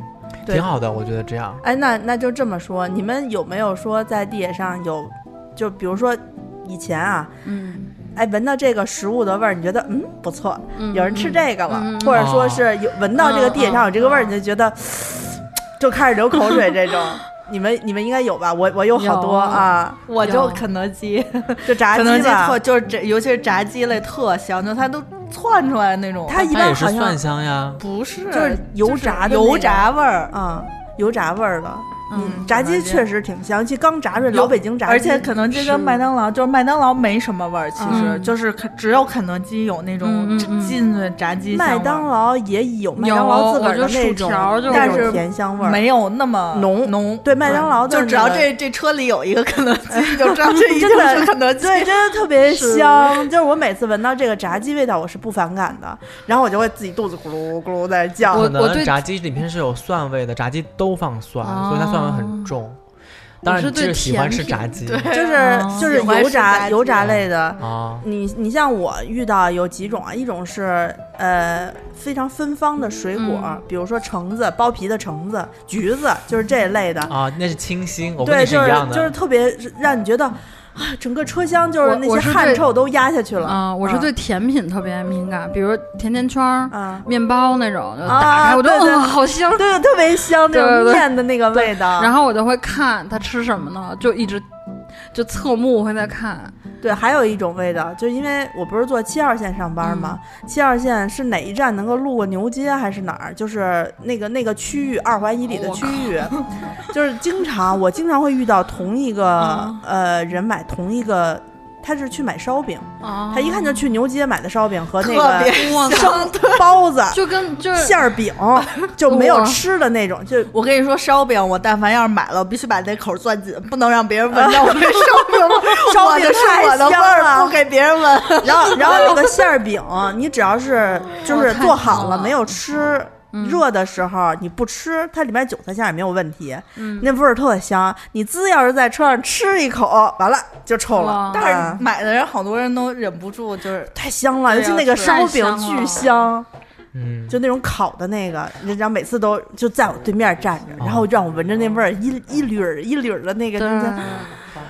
C: 对
B: 挺好的，我觉得这样。
C: 哎，那那就这么说，你们有没有说在地铁上有，就比如说以前啊，
A: 嗯，
C: 哎，闻到这个食物的味儿，你觉得嗯不错，有人吃这个了，
A: 嗯嗯
C: 或者说是有闻到这个地铁上有这个味儿，你就觉得、就开始流口水这种。你们你们应该有吧？我我有好多
A: 有
C: 啊，
D: 我就
A: 有
D: 肯德基，
C: 就炸鸡
D: 肯德基
C: 吧
D: 特，就是这，尤其是炸鸡类特香，就它都窜出来那种。
C: 它一
B: 它也
C: 般
B: 是
C: 好
B: 蒜
C: 像
B: 香呀，
D: 不是，
A: 嗯
C: 就是油炸的
D: 就是
C: 那
D: 油
C: 个
D: 炸味儿，
C: 啊、油炸味儿的。
A: 嗯
C: 炸鸡
D: 肯德基
C: 确实挺香，就刚炸出来
D: 有
C: 老北京炸鸡，
D: 而且肯德基跟麦当劳就是麦当劳没什么味儿，其实
A: 嗯
D: 就是肯只有肯德基有那
A: 嗯
D: 种
A: 嗯嗯
D: 进的炸鸡香味
C: 麦
D: 儿
C: 当劳也有麦
A: 有
C: 当劳自个儿
A: 我觉
C: 的
A: 得
C: 那
A: 薯
C: 种
A: 条就，
C: 那
D: 有
C: 种甜香味儿，
D: 没有那么
C: 浓
D: 浓，
C: 对麦当劳的
D: 就只要
C: 那个
D: 这这车里有一个肯德基，你就知道这 (laughs) 一定
C: 真的
D: 是肯德
C: (laughs)
D: 基。
C: 对，真的特别
D: 是
C: 香。就是我每次闻到这个炸鸡味道，我是不反感的，然后我就会自己肚子咕噜咕噜在叫。
A: 我
B: 可
A: 我对
B: 能炸鸡里面是有蒜味的，炸鸡都放蒜，
A: 哦
B: 所以它蒜味很重。当然，
A: 我
B: 你
A: 是对
B: 是喜欢吃
A: 甜
B: 炸
A: 品
B: 鸡
D: 对
C: 就是就是
D: 喜欢
C: 油
D: 吃炸
C: 炸
D: 鸡
C: 油炸类的。
B: 啊，
C: 你你像我遇到有几种啊，一种是呃非常芬芳的水果，
A: 嗯
C: 比如说橙子、剥皮的橙子、橘子，就是这一类的。
B: (laughs) 啊，那是清新，我跟
C: 对，
B: 你是
C: 就
B: 一
C: 是
B: 样的。
C: 就是特别让你觉得啊，整个车厢就是
A: 我
C: 那
A: 我
C: 些
A: 是
C: 汗
A: 对
C: 臭都压下去了。
A: 嗯，我是对甜品特别敏感，比如甜甜圈儿、
C: 啊，
A: 面包那种，就
C: 啊
A: 打开我就
C: 对对
A: 嗯，好香。
C: 对，啊特别香，
A: 对
C: 那种
A: 对
C: 面的那个味道。
A: 然后我就会看他吃什么呢，就一直就侧目会在看。
C: 对，还有一种味道，就因为我不是坐七号线上班嘛，
A: 嗯
C: 七号线是哪一站能够路过牛街还是哪儿？就是那个那个区域，二环以里的
A: 我
C: 区域，就是经常我经常会遇到同一个、
A: 啊
C: 呃人买同一个，他是去买烧饼，
A: 哦
C: 他一看就去牛街买的烧饼和那
D: 特
C: 个
D: 别
A: 哇塞
D: 香。
C: 包子、
A: 就跟就是
C: 馅儿
A: (laughs)
C: 饼，就没有
A: 哇
C: 吃的那种，就。
D: 我跟你说，烧饼我但凡要是买了，我必须把那口儿攥紧，不能让别人闻到我这 (laughs) 烧饼味儿
C: 烧
D: 我
C: 饼
D: 的是
C: 太
D: 我的味
C: 香
D: 儿，
C: 了
D: 不给别人闻。
C: 然后，然后那个馅儿饼，你只要
A: 哦
C: 是就是
A: 哇太
C: 做好
A: 好
C: 了
A: 了
C: 没有吃，
A: 嗯
C: 热的时候你不吃，它里面韭菜馅儿也没有问题，
A: 嗯
C: 那味儿特香。你滋要是在车上吃一口，完了就臭了
A: 哇，嗯
D: 但
C: 啊
D: 是买的人好多人都忍不住， (laughs) 就是
C: 太香了，
D: 对
C: 尤其那个
D: 要
A: 吃
C: 烧
A: 太
C: 饼
A: 香
C: 巨
A: 了
C: 香，
B: 嗯，
C: 就那种烤的那个，然后每次都就在我对面站着，然
B: 哦
C: 后让我闻着那味儿，一一缕儿一缕儿的那个，
A: 对啊
C: 真的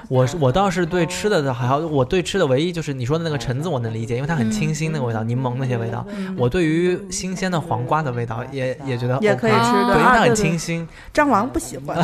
B: 我是我倒是对吃的还好，我对吃的唯一就是你说的那个橙子我能理解，因为它很清新
C: 嗯
B: 那个味道，柠檬那些味道。我对于新鲜的黄瓜的味道也也觉得
C: 也可以
A: 哦
B: OK
C: 吃的
B: 对，因为
C: 啊
B: 它很
C: 对
B: 清
C: 对，
B: 新。
C: 蟑螂不喜欢，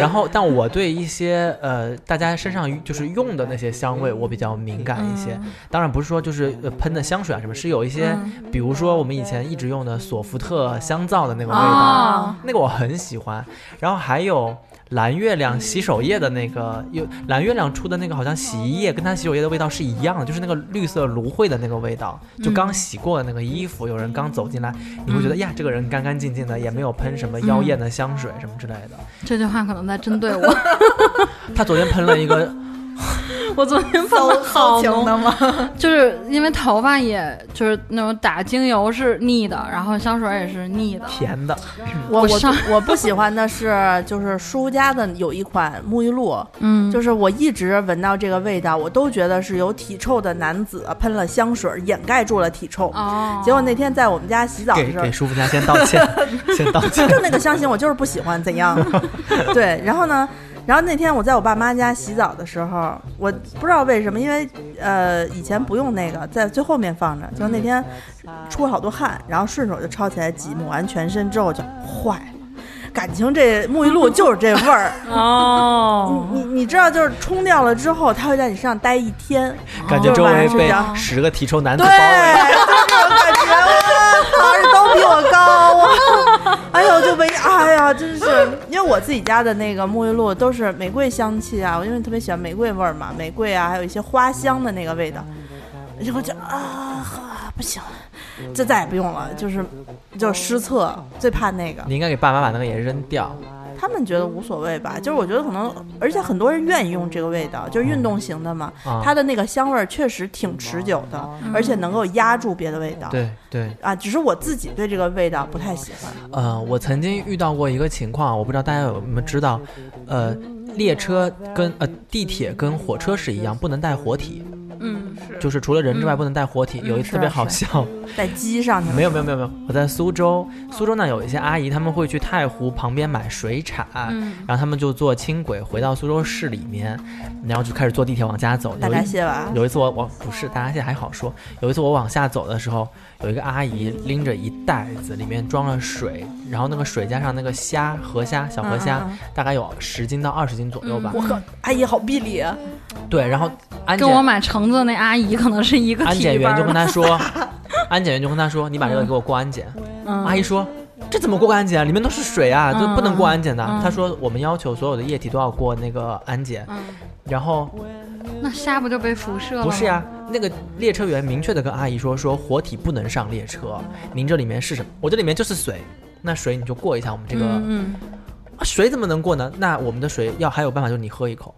B: 然后，但我对一些呃大家身上就是用的那些香味，我比较敏感一
C: 嗯
B: 些。当然不是说就是呃喷的香水啊什么，是有一些，比如说我们以前一直用的索福特香皂的那个
C: 哦
B: 味道，
A: 啊，
B: 那个我很喜欢。然后还有蓝月亮洗手液的那个，有蓝月亮出的那个好像洗衣液，跟它洗手液的味道是一样的，就是那个绿色芦荟的那个味道，就刚洗过的那个衣服，有人刚走进来，你会觉得呀，这个人干干净净的，也没有喷什么妖艳的香水什么之类的。
A: 这句话可能在针对我。 (laughs)
B: 他昨天喷了一个， (laughs)
A: 我昨天喷
D: 馊
A: 了好
D: 馊情
A: 浓
D: 的吗？
A: 就是因为头发也就是那种打精油是腻的，然后香水也是腻的。
B: 甜的，
C: (laughs)
A: 我
C: 我我
A: 上
C: 我不喜欢的是，就是舒家的有一款沐浴露，
A: 嗯
C: 就是我一直闻到这个味道，我都觉得是有体臭的男子呃喷了香水掩盖住了体臭。
A: 哦，
C: 结果那天在我们家洗澡的
B: 给
C: 时
B: 给
C: 候，
B: 舒肤佳先道 (laughs) 歉，先道歉。
C: 就那个香型我就是不喜欢，怎
B: (laughs)
C: 样？对，然后呢？然后那天我在我爸妈家洗澡的时候，我不知道为什么，因为呃以前不用那个，在最后面放着。就那天出了好多汗，然后顺手就抄起来挤，抹完全身之后就坏了，感情这沐浴露就是这味儿。
A: 哦，
C: 你你你知道，就是冲掉了之后，它会在你身上待一天，
B: 感觉周围被
C: 哦
B: 十个体臭男子
C: 对，
B: 包围。
C: 就是这种感觉，哇，而且都比我高，哇，哎呦，就被，哎呀，真是，因为我自己家的那个沐浴露都是玫瑰香气啊，我因为特别喜欢玫瑰味儿嘛，玫瑰啊，还有一些花香的那个味道，然后就啊，不行了，这再也不用了，就是就是失策，最怕那个，
B: 你应该给爸妈把那个也扔掉，
C: 他们觉得无所谓吧。就是我觉得可能，而且很多人愿意用这个味道，就是运动型的嘛，
B: 啊
C: 它的那个香味儿确实挺持久的，而且能够压住别的味道。
B: 对对，
C: 啊，只是我自己对这个味道不太喜欢。
B: 呃，我曾经遇到过一个情况，我不知道大家有没有知道，呃，列车跟呃地铁跟火车是一样，不能带活体，
A: 嗯，
B: 就是除了人之外不能带活体。有一次
C: 是
B: 特别
C: 啊
B: 好
C: 是
B: 笑， (laughs)
C: 在鸡上去
B: 没有没有没有没有，我在苏州，苏州那有一些阿姨，她们会去太湖旁边买水产，
C: 嗯
B: 然后她们就坐轻轨回到苏州市里面，然后就开始坐地铁往家走。
C: 大
B: 有一
C: 闸蟹吧，
B: 有一次我我不是大闸蟹还好说，有一次我往下走的时候，有一个阿姨拎着一袋子，里面装了水，然后那个水加上那个虾河虾小河虾，
C: 嗯嗯嗯
B: 大概有十斤到二十斤左右吧。
C: 我靠，阿姨好臂力啊！
B: 对，然后安
A: 嗯跟我
B: 检
A: 买橙子那阿姨可能是一个
B: 安
A: 体
B: 检
A: 育
B: 员就
A: 班
B: 跟
A: 的。(laughs)
B: 她说，安检员就跟她说，你把这个给我过安检。阿
A: 嗯，
B: 姨说：“这怎么过安检啊？里面都是水啊，这
A: 嗯
B: 不能过安检的。
A: 嗯
B: 她说：“我们要求所有的液体都要过那个安检。
A: 嗯
B: 然后
A: 那虾不就被辐射了吗？
B: 不是呀、
A: 嗯
B: 那个列车员明确的跟阿姨说：“说活体不能上列车，您这里面是什么？我这里面就是水，那水你就过一下我们这个、
A: 嗯，嗯
B: 啊水怎么能过呢？那我们的水要还有办法，就是你喝一口。”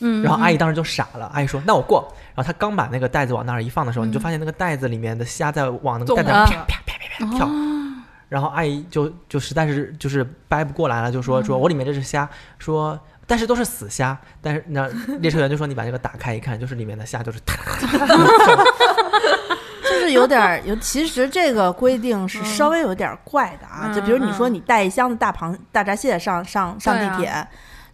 A: 嗯，
B: 然后阿
A: 姨
B: 姨当时就傻了，阿姨说：“那我过。”然后她刚把那个袋子往那儿一放的时候，
A: 嗯
B: 你就发现那个袋子里面的虾在往那个
D: 懂
B: 袋子上
D: 了
B: 啪啪啪啪啪跳。
A: 哦
B: 然后阿姨就就实在是就是掰不过来了，就
A: 嗯
B: 说说我里面这是虾，说但是都是死虾，但是那列车员就说你把这个打开一看，就是里面的虾就是哒
C: 就是有点儿有，其实这个规定是稍微有点儿怪的啊。
A: 嗯
C: 就比如你说你带一箱子大螃大闸蟹上上上
A: 对啊
C: 地铁，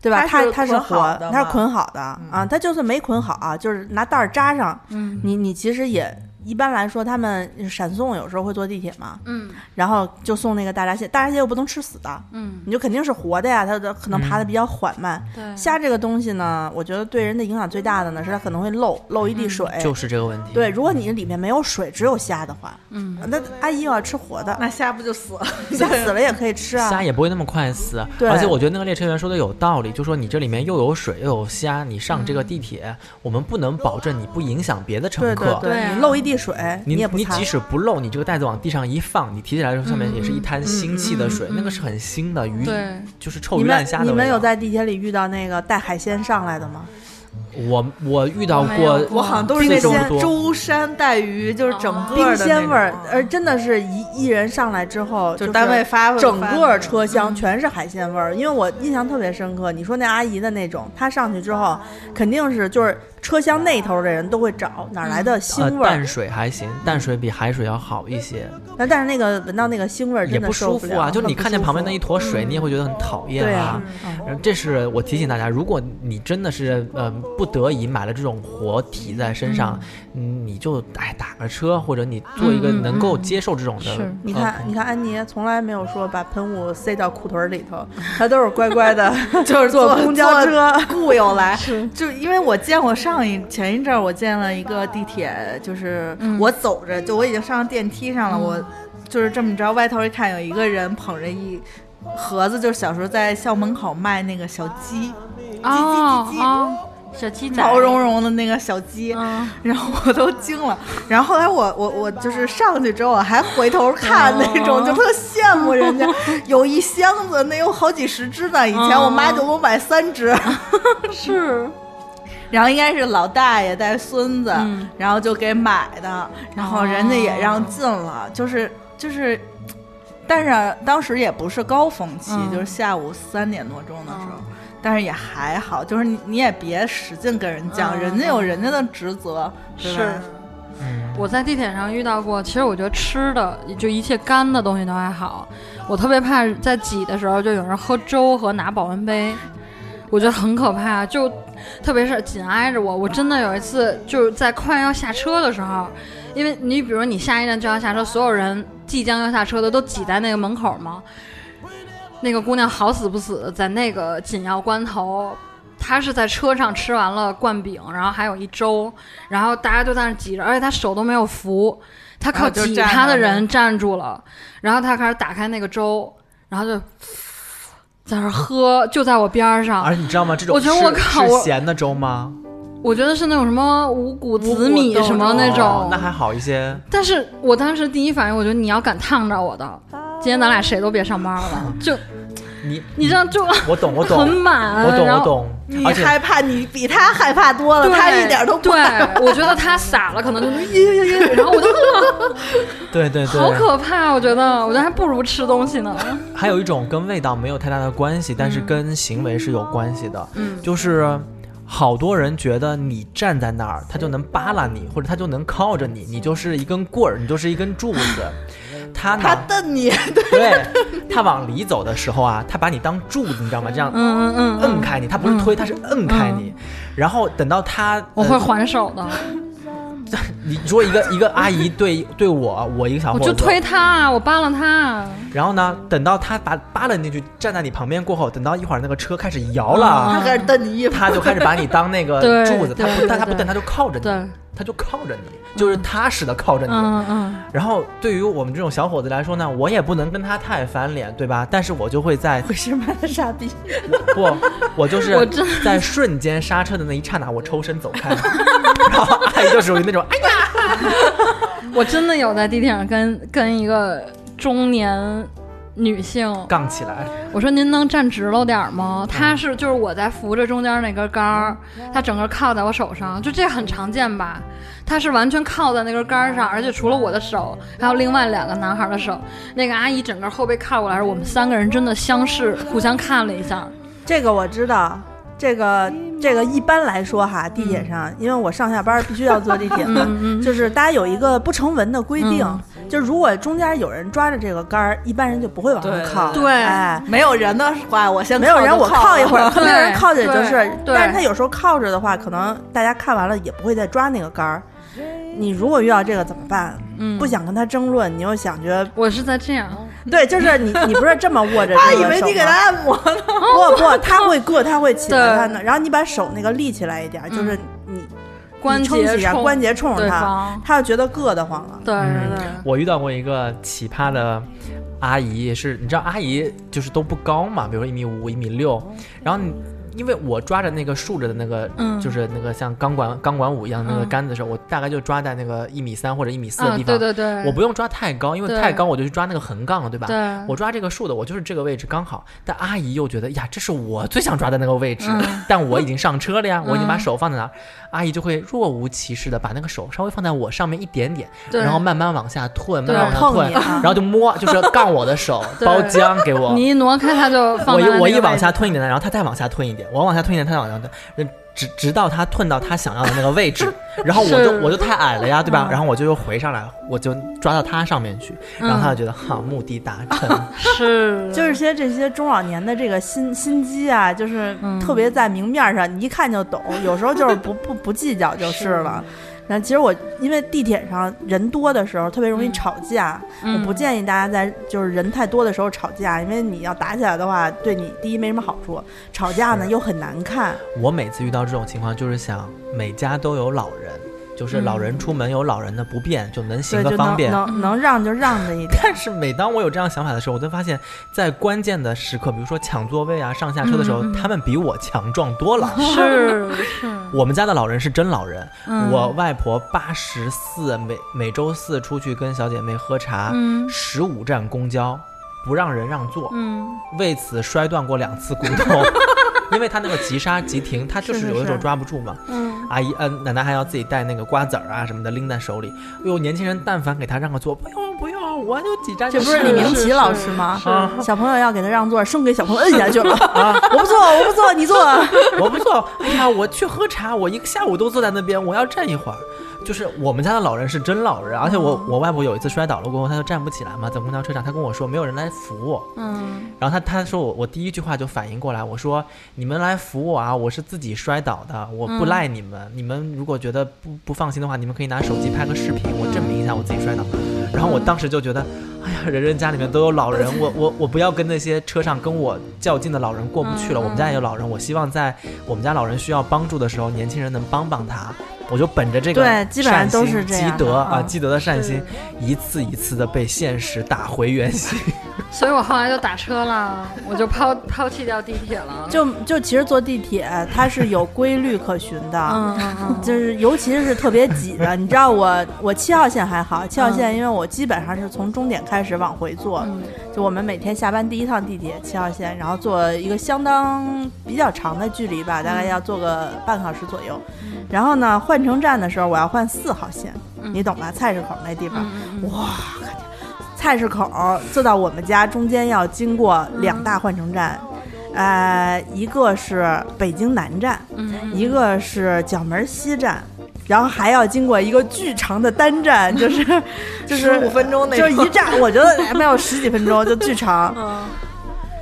C: 对吧？它
D: 它是
C: 它是
D: 捆好
C: 活
D: 的，
C: 它
D: 嘛
C: 是捆好的啊。它就算没捆好啊，就是拿袋儿扎上，
A: 嗯
C: 你你其实也一般来说，他们闪送有时候会坐地铁嘛，
A: 嗯
C: 然后就送那个大闸蟹，大闸蟹又不能吃死的，
A: 嗯，
C: 你就肯定是活的呀，它它可能爬的比较缓慢。
A: 对，
C: 虾这个东西呢，我觉得对人的影响最大的呢是它可能会漏漏一地水，
B: 就是这个问题。
C: 哎对，，如果你里面没有水，只有虾的话，嗯，那阿姨又要吃活的，
D: (laughs) 那虾不就死了？
C: 虾死了也可以吃啊
B: 虾。也不会那么快死。
C: 对
B: 而且我觉得那个列车员说的有道理，就说你这里面又有水又有虾，你上这个地铁，我们不能保证你不影响别的乘
C: 嗯对
B: 客。
C: 对
A: 对啊
C: 你漏一地水，
B: 你
C: 也不
B: 你
C: 擦
B: 即。使不漏，你这个袋子往地上一放，你提起来的时候，上面也是一
C: 嗯
B: 滩腥气的水，那个是很腥的鱼，
A: 对
B: 就是臭
C: 你
B: 鱼烂
C: 们
B: 虾的
C: 你们
B: 味
C: 有
B: 道
C: 在地铁里遇到那个带海鲜上来的吗？
B: 我我遇到
A: 我没
B: 过
A: 有，
D: 我好像都是那
B: 次数
D: 种
B: 不多
D: 舟山带鱼，就是整个
C: 冰
D: 的啊
C: 鲜味儿，
D: 而
C: 呃，真的是一一人上来之后，
D: 就是单位发
C: 整个车厢全是海鲜味儿，因为我印象特别深刻。你说那阿姨的那种，她上去之后，肯定是就是车厢那头的人都会找哪儿来的腥
B: 呃
C: 味儿
B: 淡，水还行，淡水比海水要好一些，
C: 但但是那个闻到那个腥味儿
B: 也
C: 真的
B: 不
C: 受
B: 舒服
C: 了
B: 啊。就是你
C: 很不
B: 看见
C: 舒
B: 旁边
C: 服
B: 那一坨
A: 嗯
B: 水，你也会觉得很讨厌
C: 对
B: 啊
C: 啊。
B: 然后这是我提醒大家，如果你真的是呃不得已买了这种活体在身上，嗯你就哎打个车，或者你做一个
A: 嗯嗯
B: 能够接受这种的。
A: 是
C: 你
B: 呃
C: 看，你看，安妮从来没有说把喷雾塞到裤腿儿里头，她都是乖乖的， (laughs) 就是坐公交车。 (laughs)
D: 故友来，就因为我见过上一前一阵儿，我见了一个地铁，就是我走着，就我已经上电梯上了，我就是这么着，外头一看有一个人捧着一盒子，就是小时候在校门口卖那个小鸡，
A: 哦
D: 叽叽叽叽
A: 哦，小鸡仔
D: 毛茸茸的那个小鸡，
A: 嗯
D: 然后我都惊了。然后后来我我我就是上去之后，我还回头看那种，就特羡慕人家有一箱子，那有好几十只呢。以前我妈就给我买三只，
A: 是，
D: 然后应该是老大爷带孙子
A: 嗯，
D: 然后就给买的，然后人家也让进
C: 哦
D: 了，就是就是。但是啊当时也不是高峰期，
A: 嗯
D: 就是下午三点多钟的时
C: 哦
D: 候，但是也还好，就是你你也别使劲跟人犟，
A: 嗯
D: 人家有人家的职责，对吧
A: 是我在地铁上遇到过，其实我觉得吃的就一切干的东西都还好，我特别怕在挤的时候就有人喝粥和拿保温杯，我觉得很可怕。就特别是紧挨着我，我真的有一次就是在快要下车的时候，因为你比如你下一站就要下车，所有人即将要下车的都挤在那个门口嘛。那个姑娘好死不死，在那个紧要关头，她是在车上吃完了灌饼，然后还有一粥，然后大家就在那挤着，而且她手都没有扶，她靠
D: 啊就
A: 挤
D: 站
A: 她的
D: 着
A: 人站住了，然后她开始打开那个粥，然后就 (sniffs) 在那儿喝，就在我边儿上，
B: 而且你知道吗？这种
A: 我觉得我
B: 是
A: 靠
B: 是
A: 我
B: 咸的粥吗？
A: 我觉得是那种什么五谷紫
D: 五
A: 米
D: 谷豆
A: 什么那
B: 哦
A: 种，
B: 那还好一些。
A: 但是我当时第一反应，我觉得你要敢烫着我的，今天咱俩谁都别上班了，就
B: 你
A: 你这样就
B: 我懂我懂
A: 很满，
B: 我懂
A: 然
B: 我
A: 后。
B: 懂，
D: 你
B: 而且
D: 害怕，你比他害怕多了，
A: 对，
D: 他一点都不
A: 对，我觉得他傻了，可能就是耶耶耶，然后我就饿，
B: 对对对，
A: 好可怕！我觉得，我觉得还不如吃东西呢。
B: 还有一种跟味道没有太大的关系，但是
A: 嗯
B: 跟行为是有关系的。嗯，就是好多人觉得你站在那儿，他就能扒拉你，或者他就能靠着你，你就是一根棍儿，你就是一根柱
A: (laughs)
B: 子。他
D: 他
B: 呢？
D: 瞪你，
B: 对，他往里走的时候啊，他把你当柱子，你知道吗？这样
A: 嗯嗯嗯
B: 摁
A: 嗯，
B: 开你，他不是推，他是摁开你。然后等到他，
A: 我会
B: 呃
A: 还手的，
B: 你如果一个一个阿姨对对我，我一个
A: 我
B: 小伙子，
A: 就推他，我扒拉他。
B: 然后呢，等到他把扒拉进去，站在你旁边过后，等到一会儿那个车开始摇了，
A: 啊
D: 他
C: (laughs)
D: 开始瞪你一会
B: 他就开始把你当那
A: (laughs)
B: 个
A: 对
B: 柱子，他
A: 对
B: 不，但
A: 对
B: 他不
A: 对
B: 但他就靠着
A: 对
B: 你，他就靠着你，就是踏实的靠着你。
A: 嗯嗯，
B: 然后对于我们这种小伙子来说呢，我也不能跟他太翻脸，对吧？但是我就会在
D: 会是妈的傻逼，
B: 不，
A: (laughs)
B: 我就是
A: 我真
B: 在瞬间刹车的那一刹那，我抽身走开， (laughs) 然后阿姨就属于那种哎呀，
A: 我真的有在地铁上跟跟一个中年女性
B: 杠起来，
A: 我说您能站直喽点儿吗？他是就是我在扶着中间那根杆儿，他整个靠在我手上，就这很常见吧？他是完全靠在那根杆儿上，而且除了我的手，还有另外两个男孩的手。那个阿姨整个后背靠过来时，我们三个人真的相视互相看了一下，
C: 这个我知道，这个这个一般来说哈，地铁上，因为我上下班必须要坐地铁
A: 嗯
C: 嘛，就是大家有一个不成文的规定，就如果中间有人抓着这个杆儿，一般人就不会往上
D: 对
C: 靠，
A: 对对
C: 哎。
D: 没有人的话，我先
C: 没有人，
D: 就
C: 我靠一会
D: (laughs)
C: 儿；
A: 对
C: 没有人靠着也就
A: 对
C: 是。
A: 对
C: 但是他有时候靠着的话，可能大家看完了也不会再抓那个杆儿。你如果遇到这个怎么办？
A: 嗯
C: 不想跟他争论，你又想觉得
A: 我是在这样，
C: 对，就是你，你不是这么握
D: (laughs)
C: 着这个手吗？
D: 他以为你给他按摩呢，
C: 不不，他会硌，他会起来
A: 哦对嗯
C: 他呢。然后你把手那个立起来一点，就是你
A: 关
C: 你撑
A: 节
C: 起来，
A: 冲
C: 关节冲着
A: 对
C: 他
A: 方，
C: 他就觉得硌得慌了。
A: 对对对，
B: 嗯我遇到过一个奇葩的阿姨，也是你知道阿姨就是都不高嘛，比如说一米五、一米六，然后你。因为我抓着那个竖着的那个，
A: 嗯
B: 就是那个像钢管钢管舞一样的那个杆子的时候，我大概就抓在那个一米三或者一米四的
A: 啊
B: 地方。
A: 对对对，
B: 我不用抓太高，因为
A: 对
B: 太高我就去抓那个横杠了，对吧？
A: 对
B: 我抓这个竖的，我就是这个位置刚好。但阿姨又觉得呀，这是我最想抓的那个位置，
A: 嗯
B: 但我已经上车了呀，我已经把手放在那儿，阿姨就会若无其事的把那个手稍微放在我上面一点点，
A: 对
B: 然后慢慢往下退，慢
A: 对
B: 慢往下
C: 碰
B: 退，
C: 你啊
B: 然后就摸，就是杠我的手，
A: (laughs) 对
B: 包浆给我。
A: 你一挪开他就放
B: 我
A: 在
B: 一
A: 了那
B: 我一
A: 个
B: 往
A: 位
B: 下
A: 置
B: 退一点，然后他再往下退一点，我往下退一点，他再往下退，呃直直到他退到他想要的那个位
A: (laughs)
B: 置，然后我就是我就太矮了呀，对
A: 嗯
B: 吧？然后我就又回上来，我就抓到他上面去，然后他就觉得哈目的达
A: (laughs)
B: 成，
A: 是
C: (laughs) 就是些这些中老年的这个心心机啊，就是
A: 嗯
C: 特别在明面上，你一看就懂。有时候就是
A: (laughs)
C: 不不不计较就是了。那其实我因为地铁上人多的时候特别容易吵架，
A: 嗯
C: 我不建议大家在就是人太多的时候吵架，因为你要打起来的话，对你第一没什么好处，吵架呢又很难看。
B: 我每次遇到这种情况，就是想每家都有老人，就是老人出门有老人的不便，就能行
C: 对，
B: 个
C: 就
B: 方
C: 能
B: 便。
C: 能能让就让着一点。
B: (laughs) 但是每当我有这样想法的时候，我就发现，在关键的时刻，比如说抢座位啊、上下车的时候，
C: 嗯
B: 他们比我强壮多
C: (laughs)
B: 了。
A: 是是，
B: 我们家的老人是真老人，
A: 嗯
B: 我外婆八十四，每每周四出去跟小姐妹喝茶，
A: 嗯
B: 十五、站公交不让人让座，
A: 嗯
B: 为此摔断过两次骨
C: (laughs)
B: 头，因为她那个急刹急停，她就是
C: 是是
B: 有的时候
C: 是
B: 抓不住嘛。
A: 嗯，
B: 阿姨，嗯、奶奶还要自己带那个瓜子儿啊什么的拎在手里。哎呦，年轻人但凡给他让个座，不用不用，我就几站
C: (laughs) 这
B: 就
C: 不是李
B: 了
C: 明启老师吗？
B: 是
C: 小朋友要给他让座，生给小朋友摁下去了。
B: 啊
C: (laughs) 我不坐，我不坐，你坐。啊
B: (laughs) 我不坐。哎呀，我去喝茶，我一个下午都坐在那边，我要站一会儿。就是我们家的老人是真老人，而且我我外婆有一次摔倒了过后，她就站不起来嘛，在公交车上，她跟我说没有人来扶我。
A: 嗯，
B: 然后她她说我我第一句话就反应过来，我说你们来扶我啊，我是自己摔倒的，我不赖你们。你们如果觉得不不放心的话，你们可以拿手机拍个视频，我证明一下我自己摔倒。然后我当时就觉得，哎呀，人人家里面都有老人，我我我不要跟那些车上跟我较劲的老人过不去了。我们家也有老人，我希望在我们家老人需要帮助的时候，年轻人能帮帮他。我就本着这个
C: 对基本上都是
B: 善心
C: 这样
B: 积德
C: 的
B: 啊，
C: 嗯 (laughs)
B: 积德的善心，一次一次的被现实打回原形。
A: 所以我后来就打车了，我就抛抛弃掉地铁了。
C: (laughs) 就就其实坐地铁它是有规律可循的，
A: 嗯嗯嗯，
C: (laughs) 就是尤其是特别挤的，你知道我我七号线还好，七号线因为我基本上是从终点开始往回坐，
A: 嗯
C: 就我们每天下班第一趟地铁七号线，然后坐一个相当比较长的距离吧，大概要坐个半小时左右。然后呢，换乘站的时候我要换四号线，你懂吧？菜市口那地方，
A: 嗯
C: 哇，菜市口坐到我们家中间要经过两大换乘站。呃，一个是北京南站，
A: 嗯
C: 一个是角门西站，然后还要经过一个巨长的单站，就是
D: (laughs)
C: 就是
D: 15分钟那
C: 就
D: 种
C: 是一站，我觉得哎没有十几分钟就巨长。
A: 嗯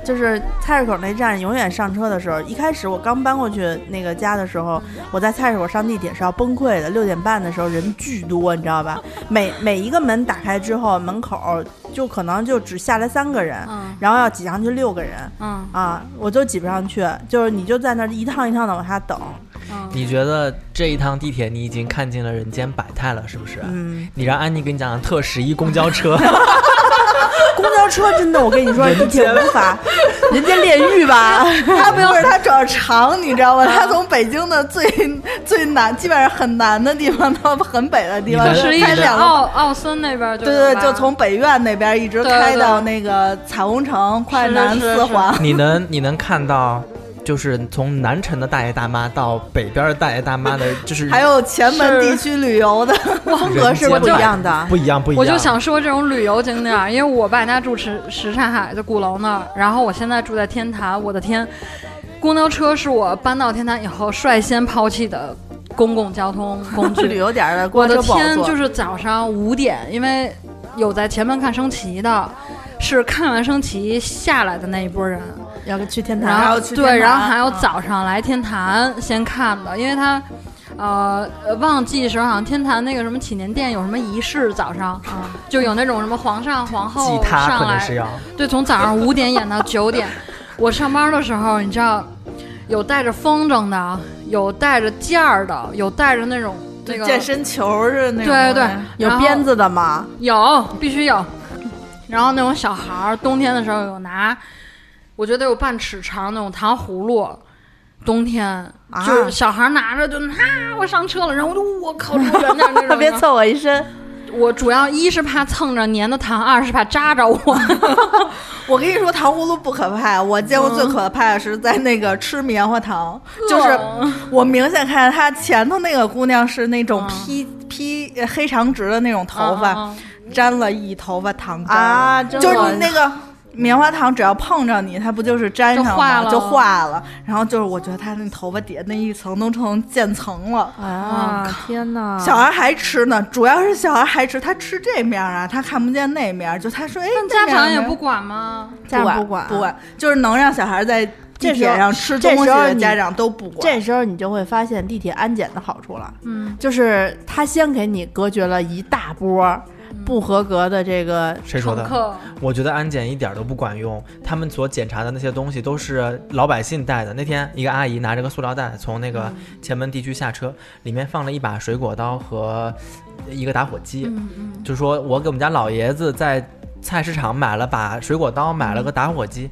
C: 就是菜市口那站，永远上车的时候，一开始我刚搬过去那个家的时候，我在菜市口上地铁是要崩溃的。六点半的时候人巨多，你知道吧？每每一个门打开之后，门口就可能就只下来三个人，
A: 嗯
C: 然后要挤上去六个人
A: 嗯
C: 啊，我就挤不上去，就是你就在那儿一趟一趟的往下等，
A: 嗯，
B: 你觉得这一趟地铁你已经看尽了人间百态了，是不是？
C: 嗯。
B: 你让安妮给你讲讲特十一公交
C: (laughs)
B: 车，
C: 公交车真的，我跟你说，地铁无法，人间炼狱吧？ (laughs)
A: (laughs)
D: 他不是他主要长，你知道吗？
A: 啊
D: 他从北京的最最南，基本上很南的地方到很北的地方，
B: 你们
A: 是一
D: 开
A: 直
D: 两个。
A: 奥奥森那边就
D: 对
A: 有
D: 对，
A: 吧
D: 就从北苑那边一直
A: 对
D: 开
A: 对
D: 到那个彩虹城，快
A: 是
D: 南
A: 是
D: 四
A: 是
D: 环。
B: 你能你能看到，就是从南城的大爷大妈到北边的大爷大妈
C: (laughs)
B: 的，就是
D: 还有前门
A: 是
D: 地区旅游的风
B: 人
D: 格是
B: 间
D: 不
B: 百
D: 一样。
C: 样的
B: 不一样，不一样。
A: 我就想说这种旅游景点儿，因为我爸家住什什刹海的鼓楼那儿，然后我现在住在天坛，我的天，公交车是我搬到天坛以后率先抛弃的公共交通工
D: (laughs)
C: 旅
A: 具。
C: 游点儿的
A: 我
C: 公交
A: 的
C: 车不好
A: 天，
C: 坐，
A: 就是早上五点，因为有在前门看升旗的，是看完升旗下来的那一波人，
C: 要去天
A: 然
C: 坛。
A: 后
D: 要去
A: 对，
D: 天
A: 然后
D: 坛
A: 还有
D: 嗯
A: 早上来天坛先看的，因为他。呃，呃旺季时候好像天坛那个什么祈年殿有什么仪式，早上、
D: 啊
A: 就有那种什么皇上皇
B: 吉
A: 后
B: 他可
A: 上
B: 能
A: 来
B: 是，要，
A: 对，从早上五点演到九点。我上班的时候，你知道，有带着风筝的，有带着件儿的，有带着那种那个
D: 健身球是那种
A: 对对对
D: 东西
C: 有
A: 然后
C: 鞭子的吗？
A: 有，必须有。然后那种小孩儿，冬天的时候有拿，我觉得有半尺长那种糖葫芦。冬天
C: 啊
A: 就是小孩儿拿着就啊，我上车了，然后我就我靠，离我远点儿那种。
C: (laughs) 别蹭我一身，
A: 我主要一是怕蹭着粘的糖，二是怕扎着
C: (laughs)
A: 我。
D: 我跟你说，糖葫芦不可怕，我见过最可怕的是在那个吃棉花糖，就是我明显看见她前头那个姑娘是那种披披呃黑长直的那种头发，
A: 嗯，
D: 沾了一头发糖渣
C: 啊真
D: 就是
C: 恶
D: 你那个。棉花糖只要碰着你，它不就是粘上
A: 就化
D: 吗？
A: 了
D: 就化了。然后就是，我觉得她那头发底下那一层都成渐层了。
C: 啊！天哪！
D: 小孩还吃呢，主要是小孩还吃，他吃这面儿啊，他看不见那面儿，就他说，哎，
A: 嗯
D: 这
A: 家
D: 面儿
A: 长也
D: 没
A: 不管吗？
C: 家长
D: 不
C: 管，
D: 不。管，就是能让小孩在地
C: 这时候
D: 铁上吃
C: 这
D: 东西
C: 时候
D: 的
C: 你
D: 家长都不管。
C: 这时候你就会发现地铁安检的好处了，
A: 嗯，
C: 就是它先给你隔绝了一大波不合格的这个
B: 谁说的
A: 乘？客
B: 我觉得安检一点都不管用，他们所检查的那些东西都是老百姓带的。那天一个阿姨拿着个塑料袋从那个前门地区下车，里面放了一把水果刀和一个打火机，就说我给我们家老爷子在菜市场买了把水果刀，买了个打火机。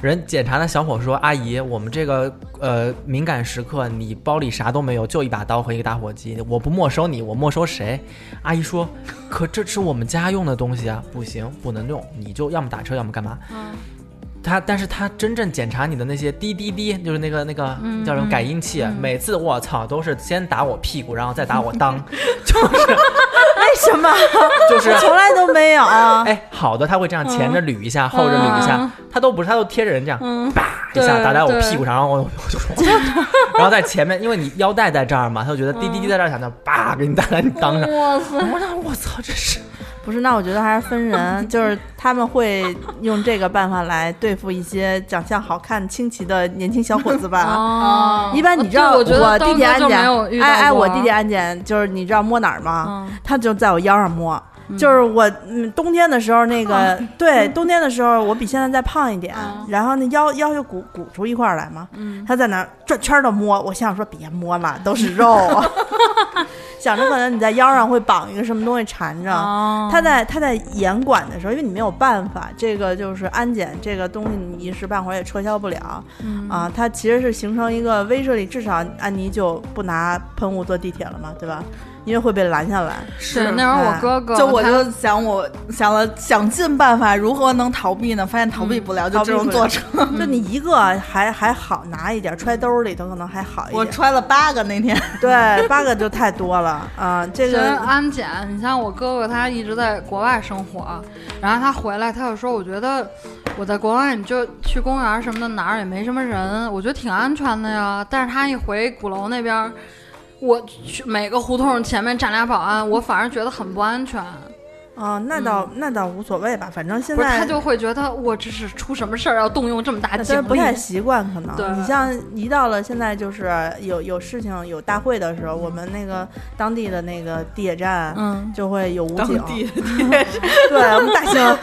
B: 人检查的小伙说：“阿姨，我们这个呃敏感时刻，你包里啥都没有，就一把刀和一个打火机，我不没收你，我没收谁？”阿姨说：“可这是我们家用的东西啊，不行，不能用，你就要么打车，要么干嘛。
A: 嗯
B: 他，但是他真正检查你的那些滴滴滴，就是那个那个
A: 嗯
B: 叫什么
A: 嗯
B: 感应器，啊每次我操都是先打我屁股，然后再打我
A: (laughs)
B: 裆，就是
C: 为什么 (laughs)
B: 就是
C: 从来都没有？
B: 哎，好的，他会这样前着捋一下，后着捋一下
A: 嗯，
B: 他都不是，他都贴着人这样，叭一下
A: 对
B: 打在我
A: 对
B: 屁股上，然后我我就说，
A: (laughs)
B: 然后在前面，因为你腰带在这儿嘛，他就觉得滴滴滴在这儿响，就叭给你打在你裆上，
A: 哇塞！
B: 我想我操，这是
C: (laughs) 不是，那我觉得还是
A: (laughs)
C: 分人，就是他们会用这个办法来对付一些长相好看、清奇的年轻小伙子吧。
A: (laughs) 哦
C: 啊一般你知道
A: 对我觉得
C: 地铁
A: 当
C: 安
A: 时就没有遇
C: 检，
A: 到
C: 哎哎，
A: 过
C: 我地铁安检就是你知道摸哪儿吗？
A: 嗯
C: 他就在我腰上摸，就是我嗯冬天的时候那个 (laughs) 对冬天的时候我比现在再胖一点，然后那腰腰就鼓鼓出一块儿来嘛，他在那儿转圈的摸，我心想说别摸了，都是肉。啊 (laughs) 想着可能你在腰上会绑一个什么东西缠着。
A: 哦
C: 啊他在他在严管的时候，因为你没有办法，这个就是安检这个东西，你一时半会儿也撤销不了、啊。它其实是形成一个威慑力，至少安妮就不拿喷雾坐地铁了嘛，对吧？因为会被拦下来。
A: 是那时候我
C: 哎
A: 哥哥，
D: 就我
A: 他
D: 就想我想了想尽办法如何能逃避呢？发现逃避不了，就
C: 逃避
D: 只能
C: 不
D: 坐
C: 了
D: 车。
C: 就
A: 嗯
C: 你一个还还好拿一点，揣兜里头可能还好一点。
D: 我揣了八个那天，
C: 对，八个就太多了啊、这
A: 其实
C: 个
A: 安检，你像我哥哥，他一直在国外生活，然后他回来，他就说，我觉得我在国外，你就去公园什么的，哪儿也没什么人，我觉得挺安全的呀。但是他一回鼓楼那边儿，我去每个胡同前面站俩保安，我反而觉得很不安全。
C: 啊、那倒、那倒无所谓吧，反正
A: 嗯
C: 现
A: 不是，他
C: 在
A: 就会觉得我这是出什么事儿要动用这么大
C: 大
A: 警
C: 家不
A: 力。
C: 太习惯，可
A: 对
C: 能你像一到了现在就是有有事情有大会的时候，我们那个当地的那个地铁站。
A: 嗯，
C: 就会有武
D: 当
C: 警，
D: 地 (laughs)
C: 对我们大兴，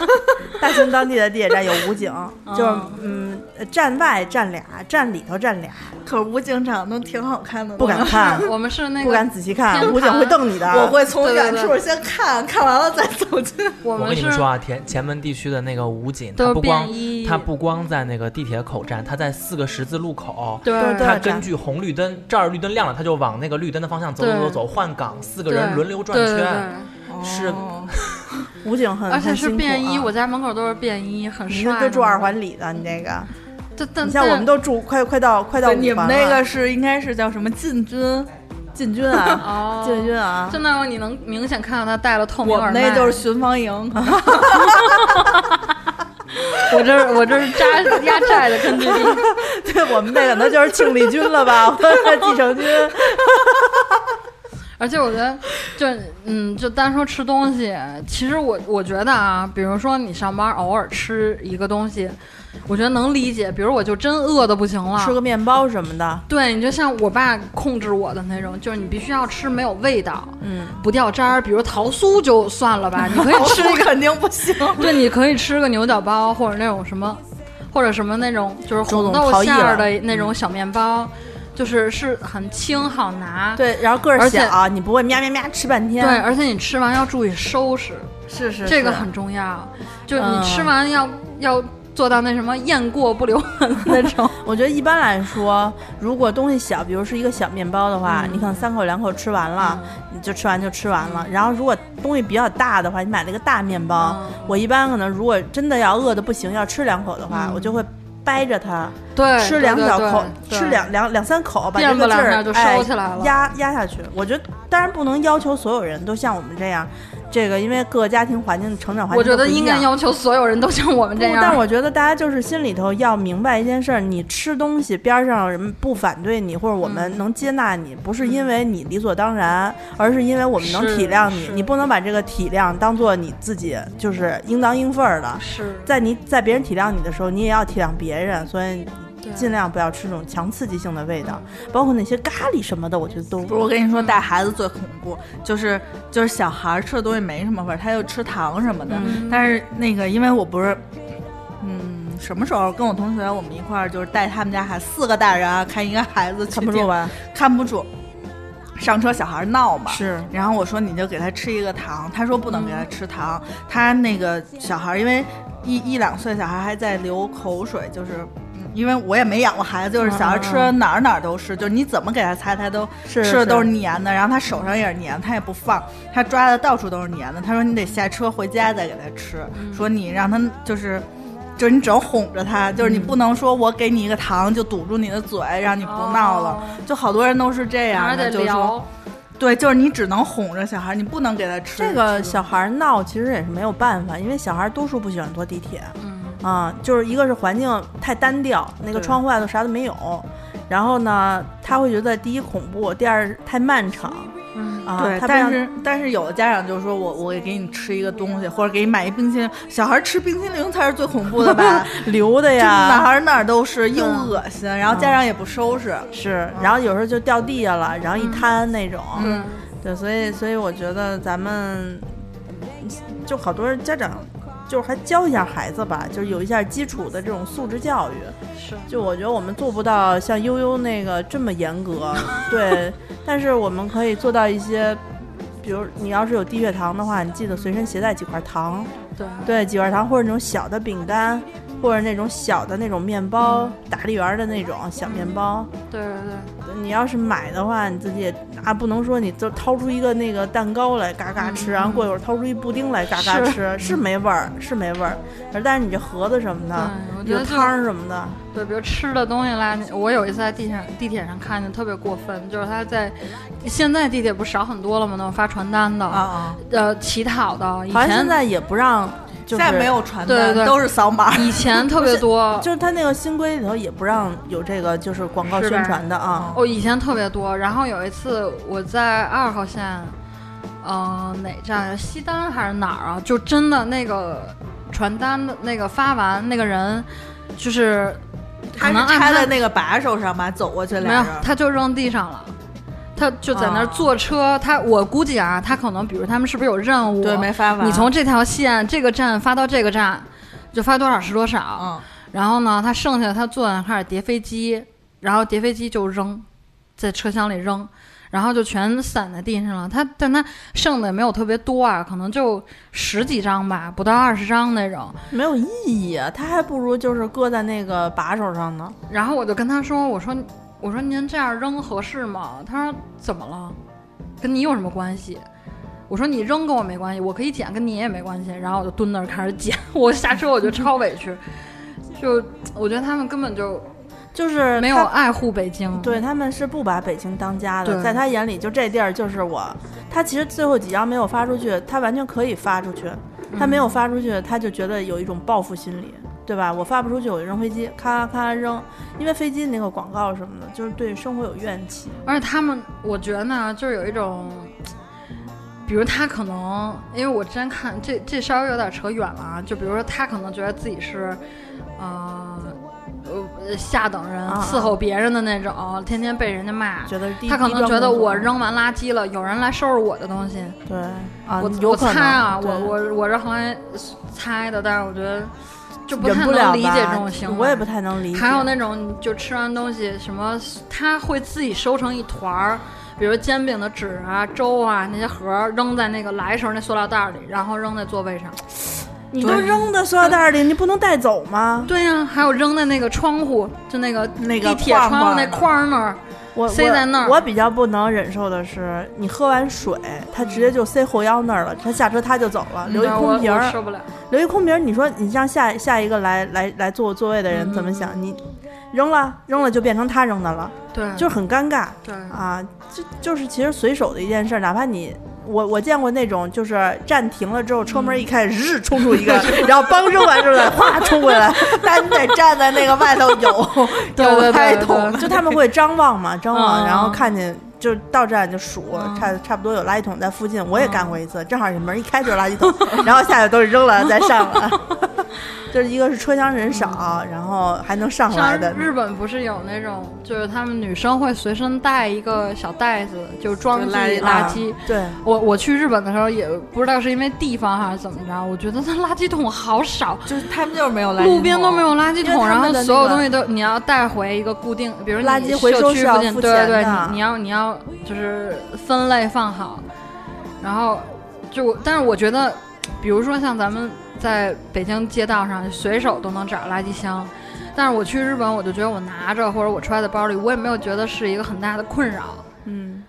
C: 大兴当地的地铁站有
A: (laughs)
C: 武警，就是嗯，站外站俩，站里头站俩，
D: 可武警长得挺好看的，
C: 不敢看，
A: 我们是那
C: 不敢
A: 个，
C: 仔细看，
A: 天
C: 武警
A: 坛
C: 会瞪你的。
D: 我会从
A: 对对
D: 远
A: 对
D: 处先看看完了再走 (laughs) 进。
A: 我
B: 我
A: 们
B: 跟你们
A: 是
B: 说啊，前前门地区的那个武警，
A: 都
B: 他
A: 是
B: 不光
A: 便衣
B: 他不光在那个地铁口站，他在四个十字路口，
A: 对
C: 对对
B: 他根据红绿灯，这儿绿灯亮了，他就往那个绿灯的方向走
A: 对
B: 走走走，换岗，四个
A: 对
B: 人轮流转
A: 对对对
B: 圈，
A: 哦
B: 是
C: 武警很，
A: 而且
C: 很
A: 是
C: 辛苦
A: 便
C: 啊
A: 衣，我家门口都是便衣，很
C: 你
A: 帅
C: 是
A: 的。
C: 就住二环里的，你这个，
A: 但，但
C: 你像我们
A: 都
C: 都住快快到快到
D: 对，
C: 五
D: 你们
C: 环
D: 那
C: 了
D: 个是应该是叫什么禁军？
C: 进军
A: (laughs)
C: 啊，
A: 哦，
C: 进军啊，
A: 就那种你能明显看到他戴了透明
D: 我
A: 耳
D: 们
A: 麦。
D: 那就是巡防营，
A: 我这是我这是扎压寨的根据地。(laughs)
C: (laughs) 对我们那可能就是庆历军了吧，继承军，
A: 而且我觉得，就嗯，就单说吃东西，其实我我觉得啊，比如说你上班偶尔吃一个东西，我觉得能理解。比如我就真饿的不行了，
C: 吃个面包什么的，
A: 对你就像我爸控制我的那种，就是你必须要吃没有味道，
C: 嗯，
A: 不掉渣儿。比如桃酥就算了吧，你可以 (laughs)
C: (laughs)
A: 吃
D: 吃肯定
A: (laughs)
D: 不行。
A: 对，你可以吃个牛角包，或者那种什么，或者什么那种就是红
C: 周总
A: 豆
C: 逃逸
A: 馅儿的
C: 了
A: 那种小面包，就是是很轻好拿。
C: 对，然后个儿
A: 而且
C: 小，啊你不会喵喵喵吃半天，
A: 对，而且你吃完要注意收拾，
D: 是是，
A: 这个
D: 是
A: 很重要。就你
C: 嗯
A: 吃完要、要做到那什么雁过不留痕
C: (laughs)
A: 那种。
C: 我觉得一般来说，如果东西小，比如是一个小面包的
A: 嗯
C: 话，你可能三口两口吃完了，你就吃完就吃完了。然后如果东西比较大的话，你买了一个大面包，
A: 嗯
C: 我一般可能如果真的要饿的不行，要吃两口的话，
A: 嗯
C: 我就会掰着它
A: (laughs) 对，
C: 吃两
A: 对
C: 小口，
A: 对对
C: 吃两两两三口，把
A: 垫吧
C: 这个劲
A: 两下
C: 儿
A: 就
C: 哎
A: 收起来了
C: 压压下去。我觉得当然不能要求所有人都像我们这样，这个因为各个家庭环境、成长环境
A: 我觉
C: 都
A: 得
C: 不一
A: 应该
C: 样
A: 要求所有人都像我们
C: 不
A: 这样。嗯
C: 但我觉得大家就是心里头要明白一件事儿：你吃东西边儿上有人不反对你，或者我
A: 嗯
C: 们能接纳你，不是因为你理所当然，而是因为我们能
A: 是
C: 体谅你
A: 是。
C: 你不能把这个体谅当做你自己就是应当应分儿的。
A: 是
C: 在你在别人体谅你的时候，你也要体谅别人，所以
A: 对
C: 尽量不要吃这种强刺激性的味道，包括那些咖喱什么的，我觉得都
D: 不是我跟你说，带孩子最恐怖，就是就是小孩儿吃的东西没什么味儿，他又吃糖什么的。
A: 嗯
D: 但是那个，因为我不是，嗯，什么时候跟我同学我们一块儿就是带他们家孩子四个大人啊，看一个孩子去
C: 看不住
D: 电，
C: 吧？
D: 看不住，上车小孩儿闹嘛。
C: 是
D: 然后我说你就给他吃一个糖，他说不能给他吃糖，
C: 嗯
D: 他那个小孩儿因为一一两岁小孩还在流口水，就是。嗯因为我也没养过孩子，就是小
C: 嗯
D: 孩儿吃哪儿哪儿都是，就是你怎么给他擦，他都
C: 是
D: 吃的都是粘的，然后他手上也是粘，他也不放，他抓的到处都是粘的。他说你得下车回家再给他吃，说你让他就是。就是你只能哄着他，就是你不能说我给你一个糖就堵住你的嘴，让你不闹了。
A: 哦
D: 就好多人都是这
A: 还
D: 样
A: 是得
D: 的，就是说
A: 聊。
D: 对，就是你只能哄着小孩，你不能给他吃
C: 这个小孩儿闹其实也是没有办法，因为小孩儿多数不喜欢坐地铁。
A: 嗯，
C: 啊、就是一个是环境太单调，那个
D: 对
C: 窗户外头啥都没有，然后呢，他会觉得第一恐怖，第二太漫长，
A: 嗯
C: 啊，
D: 对，
C: 他不
D: 但
C: 想
D: 是但是有的家长就说我我给你吃一个东西，或者给你买一冰淇淋，小孩吃冰淇淋才是最恐怖的吧？
C: 流的
D: 就哪
C: 呀，
D: 儿哪儿都是，又恶心，然后家长也不收拾。
C: 是，然后有时候就掉地下了，然后
D: 嗯
C: 一摊那种，
A: 对，
C: 对，所以所以我觉得咱们就好多人家长就是还教一下孩子吧，就是有一下基础的这种素质教育。
A: 嗯是
C: 就我觉得我们做不到像悠悠那个这么严格，对，但是我们可以做到一些，比如你要是有低血糖的话，你记得随身携带几块糖，
A: 对
C: 对，几块糖或者那种小的饼干，或者那种小的那种面包，打力园的那种小面包。
A: 对对对，
C: 你要是买的话，你自己也啊，不能说你就掏出一个那个蛋糕来嘎嘎吃，然后过一会儿掏出一布丁来嘎嘎
A: 是
C: 吃，嗯是没味儿，是没味儿。而但是你这盒子什么的，
A: 嗯对我觉
C: 啊有
A: 得就是
C: 汤儿什么的，
A: 对，比如吃的东西啦，我有一次在地铁上地铁上看见特别过分，就是他在现在地铁不是少很多了吗？那种发传单的，
D: 啊，
A: 呃，乞讨的，以
C: 好像
A: 前
C: 现在也不让，就
D: 现
C: 是
D: 在没，有传
A: 对对对
D: 单，都是扫码。
A: 以前特别多，
C: 就是他那个新规里头也不让有这个就是广告
A: 是吧
C: 宣传的啊。
A: 我、哦以前特别多。然后有一次我在二号线，嗯、哪站？西单还是哪儿啊？就真的那个传单的那个发完那个人，就是
D: 他
A: 可
D: 是
A: 能按
D: 拆
A: 他
D: 在那个把手上吧，走过去
A: 没
D: 俩
A: 有
D: 人，。
A: 他就扔地上了。他就在那儿
D: 啊
A: 坐车，他我估计啊，他可能比如他们是不是有任务？
D: 对，没发完。
A: 你从这条线这个站发到这个站，就发多少是多少。
D: 嗯，
A: 然后呢，他剩下的他坐在那儿开始叠飞机，然后叠飞机就扔，在车厢里扔，然后就全散在地上了。他但他剩的也没有特别多啊，可能就十几张吧，不到二十张那种。
C: 没有意义啊，他还不如就是搁在那个把手上呢。
A: 然后我就跟他说：“我说我说您这样扔合适吗？”他说：“怎么了？跟你有什么关系？”我说你扔跟我没关系，我可以捡，跟你也没关系。然后我就蹲那儿开始捡， (laughs) 我下车我就超委屈，就我觉得他们根本就
C: 就是
A: 没有
C: 他
A: 爱护北京。
C: 对他们是不把北京当家
A: 嗯
C: 的，
A: 对
C: 在他眼里就这地儿就是我。他其实最后几张没有发出去，他完全可以发出去，
A: 嗯
C: 他没有发出去，他就觉得有一种报复心理，对吧？我发不出去，我就扔飞机，咔咔咔扔，因为飞机那个广告什么的，就是对生活有怨气。
A: 而且他们，我觉得呢，就是有一种，比如他可能，因为我之前看这这稍微有点扯远了啊，就比如说他可能觉得自己是，呃，呃下等人
C: 啊
A: 伺候别人的那种，天天被人家骂。
C: 觉得是低
A: 他可
C: 啊低
A: 能
C: 端
A: 觉得
C: 工作
A: 我扔完垃圾了，有人来收拾我的东西。
C: 对啊
A: 我，
C: 有
A: 我
C: 可
A: 猜
C: 能
A: 啊，
C: 对
A: 我我我这好像猜的，但是我觉得就不
C: 忍
A: 太
C: 不了
A: 能理解
C: 吧
A: 这种行为。
C: 我也不太能理解。
A: 还有那种就吃完东西什么，他会自己收成一团儿，比如煎饼的纸啊、粥啊那些盒儿扔在那个来时候那塑料袋儿里，然后扔在座位上。
C: 你都扔到塑料袋里，你不能带走吗？
A: 对呀、还有扔在那个窗户，就那个
D: 那
A: 地
D: 个
A: 铁
D: 框
A: 窗户
D: 框
A: 那框儿那儿。
C: 我
A: 塞在那儿
C: 我。我比较不能忍受的是，你喝完水，他直接就塞后腰那儿了，他下车他就走了，留一
A: 嗯我
C: 空瓶
A: 我
C: 儿，
A: 受不了。
C: 留一空瓶儿。你说你让下下一个来来来坐我座位的人
A: 嗯嗯
C: 怎么想？你扔了扔了就变成他扔的了，
A: 对，
C: 就是很尴尬
A: 对，
C: 啊！就就是其实随手的一件事儿，哪怕你。我我见过那种，就是站停了之后，车门一开，日冲出一个，
A: 嗯
C: 然后帮扔完之后，哗冲
A: (laughs)
C: 回来，
D: 但你得站在那个外头有
A: 对对对
D: 有开
A: 对
D: 桶
A: 对
C: 就他们会张望嘛，张望，
A: 嗯
C: 然后看见就到站就数，
A: 嗯
C: 差差不多有垃圾桶在附近，我也干过一次，正好是门一开就是垃圾桶，然后下去都是扔了再
A: (laughs)
C: 上了，就是一个是车厢人少，然后还能上来
A: 像
C: 的，
A: 嗯日本不是有那种，就是他们女生会随身带一个小袋子，就装
D: 就
A: 自
D: 垃
A: 己
D: 圾
A: 垃
C: 啊
A: 圾。
C: 对，
A: 我我去日本的时候，也不知道是因为地方还是怎么着，我觉得那垃圾桶好少，
D: 就是他们就是没有来，
A: 路边都没有垃圾
C: 因为
A: 桶，
C: 他
A: 然
C: 们
A: 后
C: 的那
A: 所有
C: 个
A: 东西都你要带回一个固定，比如你
C: 垃圾回
A: 社
C: 收
A: 区
C: 是要
A: 附近
C: 付
A: 对
C: 钱
A: 对，你
C: 的
A: 你要你要就是分类放好，然后就但是我觉得，比如说像咱们在北京街道上随手都能找垃圾箱。但是我去日本，我就觉得我拿着或者我揣在包里，我也没有觉得是一个很大的困扰。
C: 嗯，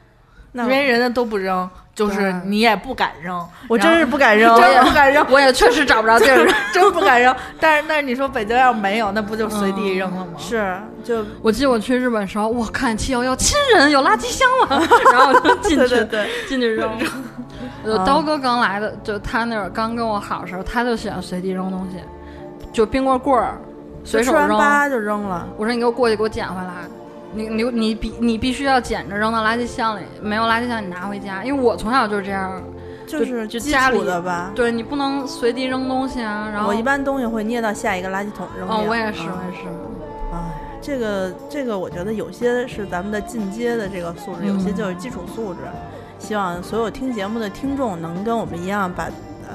C: 那
D: 因为人家都不扔，就是
A: 对
D: 你也不敢 (laughs) 扔。
A: 啊
C: (laughs) 我
D: 然后
C: 真是不敢扔，
A: (laughs)
D: 真不
C: (laughs)
D: 敢扔，
A: 我也确实找不着地儿。
D: 真不敢扔。但是那你说北京要没有，那不就随
A: 嗯
D: 地扔了吗？
C: 是就
A: 我记得我去日本的时候，我看七幺幺亲人有垃圾箱
C: (laughs)
A: 了，然后我就进去
C: 对对对，嗯
A: 进去扔。呃，刀哥刚来的，就他那会儿刚跟我好的时候，他就喜欢随地扔东西，就冰棍棍儿，随手
C: 吃完
A: 扔。
C: 粑就扔了，
A: 我说你给我过去给我捡回来，你你你必你必须要捡着扔到垃圾箱里，没有垃圾箱你拿回家，因为我从小就是这样，
C: 就
A: 就是就
C: 基
A: 家
C: 础
A: 里
C: 的吧。
A: 对你不能随地扔东西啊。然后
C: 我一，般东西会捏到下一个垃圾桶扔掉。
A: 嗯，我也是，
C: 啊
A: 我也是，
C: 哎，这个这个，我觉得有些是咱们的进阶的这个素质，有些
A: 嗯
C: 就是基础素质。希望所有听节目的听众能跟我们一样把，呃，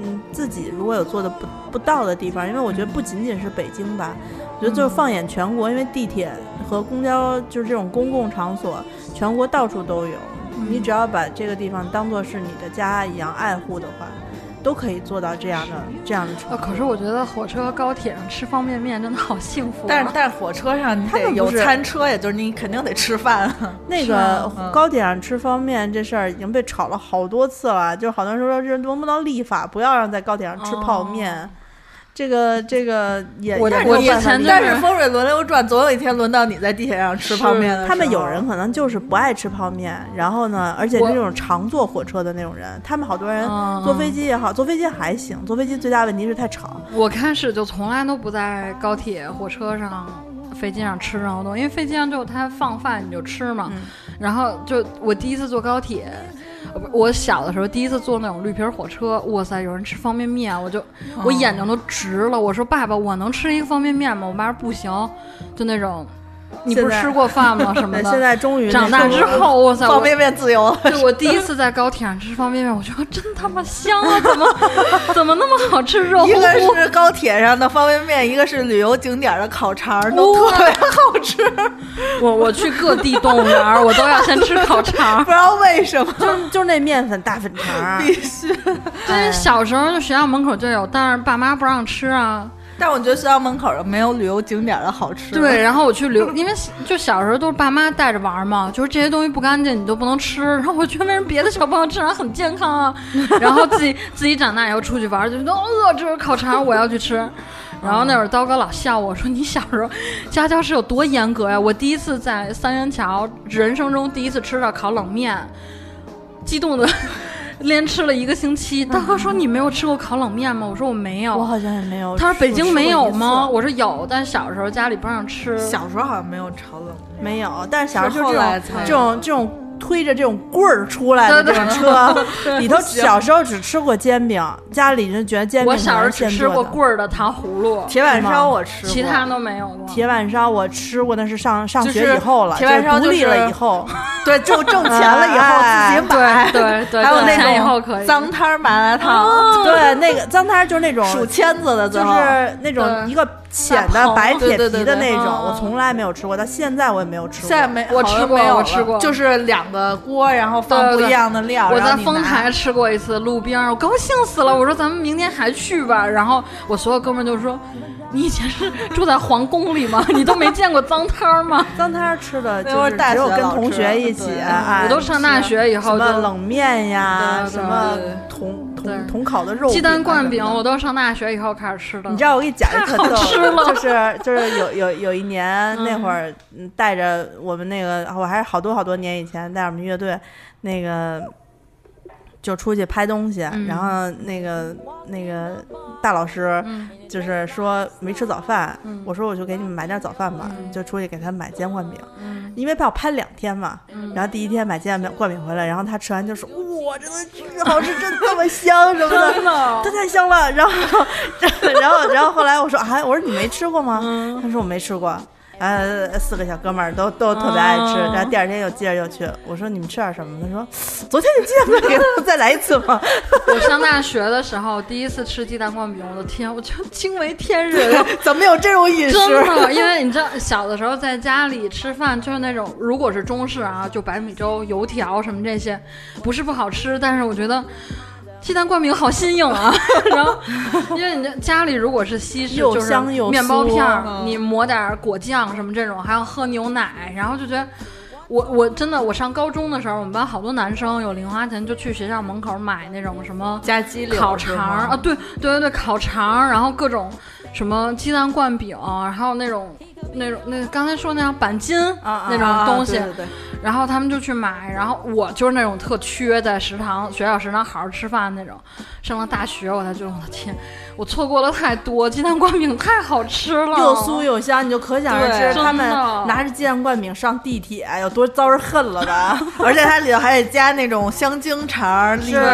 C: 嗯自己如果有做的不不到的地方，因为我觉得
A: 嗯
C: 不仅仅是北京吧，我觉得就是放眼全国，因为地铁和公交就是这种公共场所，全国到处都有。嗯你只要把这个地方当做是你的家一样爱护的话，都可以做到这样的这样的程
A: 呃，
C: 度。
A: 可是我觉得火车和高铁上吃方便面真的好幸福啊、
D: 但是但是火车上你
C: 他
D: 得
C: 们不
D: 有
C: 是
D: 餐车，也就是你肯定得吃饭啊。
C: 那
A: 是啊
C: 个
D: 嗯
C: 高铁上吃方便面这事儿已经被炒了好多次了，就好多人说这能不能立法，不要让在高铁上吃泡面。这个这个也
A: 哦我
C: 也
A: 但
C: 没有
A: 我之
C: 办法
A: 前
C: 理
A: 就
C: 解
D: 但是风水轮流转，总有一天轮到你在地铁上吃泡面的时候。
C: 他们有人可能就是不爱吃泡面，然后呢，而且是
A: 我
C: 那种常坐火车的那种人，他们好多人
A: 嗯
C: 坐飞机也好，坐飞机还行，坐飞机最大问题是太吵。
A: 嗯我开始就从来都不在高铁、火车上、飞机上吃任何东西，因为飞机上就它放饭你就吃嘛。
C: 嗯
A: 然后就我第一次坐高铁，呃不是我小的时候第一次坐那种绿皮儿火车，哇塞，有人吃方便面，我就
C: 哦
A: 我眼睛都直了。我说爸爸，我能吃一个方便面吗？我妈说不行，就那种。你不
C: 现
A: 是
C: 在
A: 吃过饭
C: (laughs)
A: 吗？什么
C: 对，
A: 的。
C: 现在终于
A: 长大之，后，哇塞，
D: 方
A: 我
D: 便面自由了。
A: (laughs) 对我第一次在高铁上吃方便面，我觉得真他妈香啊！怎么怎么那么好吃，
D: (laughs)
A: 热乎
D: 一个
A: 乎？
D: 是高铁上的方便面，一个是旅游景点的烤肠，都特别好吃，
A: (laughs)
D: (laughs)
A: 我我去各地动物园儿，我都要先吃烤肠
D: (laughs) 不。知道为什么。
C: (laughs) 就就是那面粉大粉肠
D: (laughs)
C: 儿，
A: 对，小时候就学校门口就有，但是爸妈不让吃啊。
D: 但我觉得学校门口的没有旅游景点的好吃。
A: 对，，然后我去留，因为就小时候都是爸妈带着玩儿嘛，就是这些东西不干净你都不能吃。 (laughs) 然后我觉得为什么别的小朋友吃上很健康啊？然后自己自己长大以后出去玩儿，就觉得饿，这是烤肠，我要去吃。然后那会儿刀哥老笑我说：“你小时候家教是有多严格呀？”我第一次在三元桥，人生中第一次吃到烤冷面，激动的 (laughs) 连吃了一个星期。刀哥说：“你没有吃过烤冷面吗？”我说：“我没有。”
C: 我好像也没有吃。
A: 他说：“北京没有吗？”
C: 我
A: 我说：“有，但小时候家里不让吃。”
D: 小时候好像没有炒冷面，
C: 没有，但是小时候
D: 是
C: 就
D: 后来
C: 这种
D: 才
C: 这种这种推着这种棍儿出来的这种车，里头小时候只吃过煎饼，家里人觉得煎饼
A: 我小时候只吃过
C: 儿。
A: 棍儿的糖葫芦，
D: 铁板烧我吃过，
A: 其他都没有过。
C: 铁板烧我吃过，那是上上
D: 就是
C: 学以后了，
D: 铁板烧
C: 就
D: 就
C: 独
D: 是
C: 立了以后，
D: 对就挣 (laughs) 钱了以后
C: 哎
D: 自己买，
A: 对对，
D: 还有
A: 对
D: 那
A: 钱以
D: 种
A: 后可以
D: 脏摊儿麻辣烫，
C: (laughs) 对那个脏摊儿就是那种
D: 数签子的
C: 就
D: 最后。
C: 是那种
A: 对
C: 一个浅的白铁
D: 对对
C: 皮
D: 对
C: 的
D: 对
C: 那种，
D: 嗯
C: 我从来没有吃过，到现在我也没有吃过。
D: 现在没，
A: 我
D: 好像
A: 吃过
D: 没有
A: 我
D: 了
A: 吃过
D: 就是两个锅，然后放
A: 对
D: 不
A: 对
D: 一样的料。
A: 我
D: 然
A: 在
D: 后你
A: 丰
D: 拿
A: 台吃过一次路边儿，我高兴死了。我说咱们明天还去吧。然后我所有哥们儿就说：“你以前是住在皇宫里吗？你都没见过脏摊儿吗
C: 脏摊儿吃的
D: 那会
C: 就
D: 儿
C: 是
D: 大
C: 只有
D: 学
C: 跟
D: 老
C: 同
D: 吃
C: 学一起，
D: 对
C: 哎、？”
A: 我都上大学以后
C: 什么
A: 就
C: 冷面呀，
A: 对对
C: 什么
A: 对
C: 同
A: 对
C: 同同烤的肉
A: 鸡蛋灌
C: 饼
A: 饼，
C: 啊。
A: 我都上大学以后开始吃的。
C: 你知道我给你讲一特逗
A: 吃
C: 的，
A: 了
C: 就是就是有有有一年那会儿，嗯带着我们那个，我还是好多好多年以前带着我们乐队那个就出去拍东西，
A: 嗯
C: 然后那个那个大老师
A: 嗯
C: 就是说没吃早饭，
A: 嗯
C: 我说我就给你们买点早饭吧，
A: 嗯
C: 就出去给他买煎灌饼，
A: 嗯
C: 因为他要拍两天嘛，
A: 嗯
C: 然后第一天买煎饼灌饼回来，然后他吃完就说：“哇，这东西巨好吃，真这么香什么的，哦 (laughs) 它太香了。”然后，然后，然后后来我说：“啊，我说你没吃过吗？”他说：“我没吃过。”呃，四个小哥们儿都都特别爱吃，
A: 哦
C: 然后第二天又接着又去。我说你们吃点什么？他说昨天你记得不给他们再来一次吗？
A: (laughs) 我上大学的时候第一次吃鸡蛋灌饼，我的天，我就惊为天人。
D: (laughs) 怎么有这种饮
A: 真
D: 食？
A: 的，因为你知道，小的时候在家里吃饭就是那种，如果是中式啊，就白米粥、油条什么这些，不是不好吃，但是我觉得鸡蛋灌饼好新颖啊。 (laughs) 然后，因为你这家里如果是西式，
C: 又
A: 就是
C: 香又
A: 面包片儿
C: 酥，
D: 嗯
A: 你抹点儿果酱什么这种，还要喝牛奶，然后就觉得。我我真的，我上高中的时候，我们班好多男生有零花钱就去学校门口买那种什么
D: 加鸡柳
A: 烤
D: 是
A: 肠
D: 吗
A: 儿啊，对对对对，烤肠儿，然后各种什么鸡蛋灌饼，还有那种那种那刚才说那样板筋
C: (laughs) 啊
A: 那种东西，
C: 啊对对对
A: 然后他们就去买，然后我就是那种特缺在食堂学校食堂好好吃饭那种，上了大学我才觉得我的天，我错过了太多，鸡蛋灌饼太好吃了，
C: 又酥又香，你就可想而
D: 对
C: 知他们
A: 真的
C: 拿着鸡蛋灌饼上地铁有多招人恨了吧？
D: (laughs) 而且它里头还得加那种香精肠、栗
A: 是
D: 子。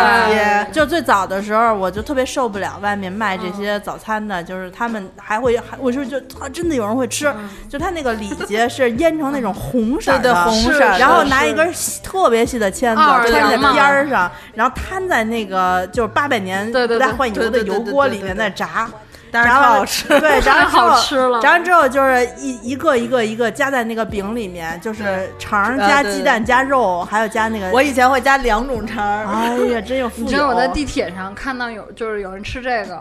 C: 就最早的时候，我就特别受不了外面卖这
D: 嗯
C: 些早餐的，就是他们还会，还我说就啊，真的有人会吃，就他那个里脊是腌成那种红色
D: 嗯
C: 的，
D: 对对红色的
C: 然后拿一根细特别细的签子
A: 二
C: 穿在
A: 两嘛
C: 边儿上，然后摊在那个就是八百年
A: 对对
C: 不
A: 对
C: 带换油的
D: 对对对
C: 油
D: 对
C: 锅
D: 对
C: 里
D: 对
C: 面
D: 对
C: 再炸。
D: 但是
C: 然
D: 太
C: 后
D: 好吃了。
C: 对，炸
A: 太
C: 完之
A: 好
C: 后
A: 吃了
C: 炸完之后就是一一个一个一个加在那个饼里面，就是
D: 对
C: 肠儿
D: 呃
C: 加
D: 对
C: 鸡
D: 对
C: 蛋加肉，还有加那个。
D: (laughs) 我以前会加两种肠儿，
C: 哎呀，真有富有。
A: 你知道我在地铁上看到有就是有人吃这个，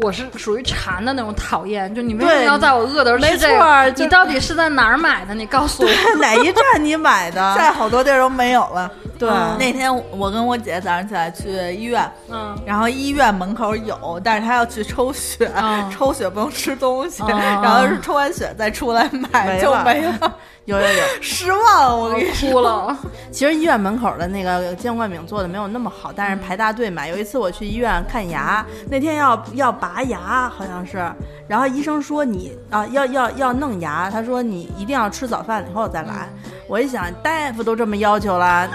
A: 我是属于馋的那种讨厌，就你为什么
C: 对
A: 要在我饿的时候吃这
C: 没错儿
A: 个？
C: 就
A: 你到底是在哪儿买的？你告诉我。
C: (laughs) 哪一站你买的？
D: 现 (laughs) 在好多地儿都没有了。嗯
C: 对
D: 那天我跟我姐早上起来去医院，
A: 嗯，
D: 然后医院门口有，但是她要去抽血，
A: 嗯
D: 抽血不能吃东西，
A: 嗯
D: 然后是抽完血再出来买
C: 没
D: 就
C: 了
D: 没 (laughs) 了，
C: 有有有，
D: 失望我
A: 我
D: 跟你
A: 哭了。
C: 其实医院门口的那个煎灌饼做的没有那么好，但是排大队买。有一次我去医院看牙，那天要要拔牙，好像是，然后医生说你啊要要要弄牙，他说你一定要吃早饭以后再来。
A: 嗯
C: 我一想，大夫都这么要
A: (laughs)
C: 求了。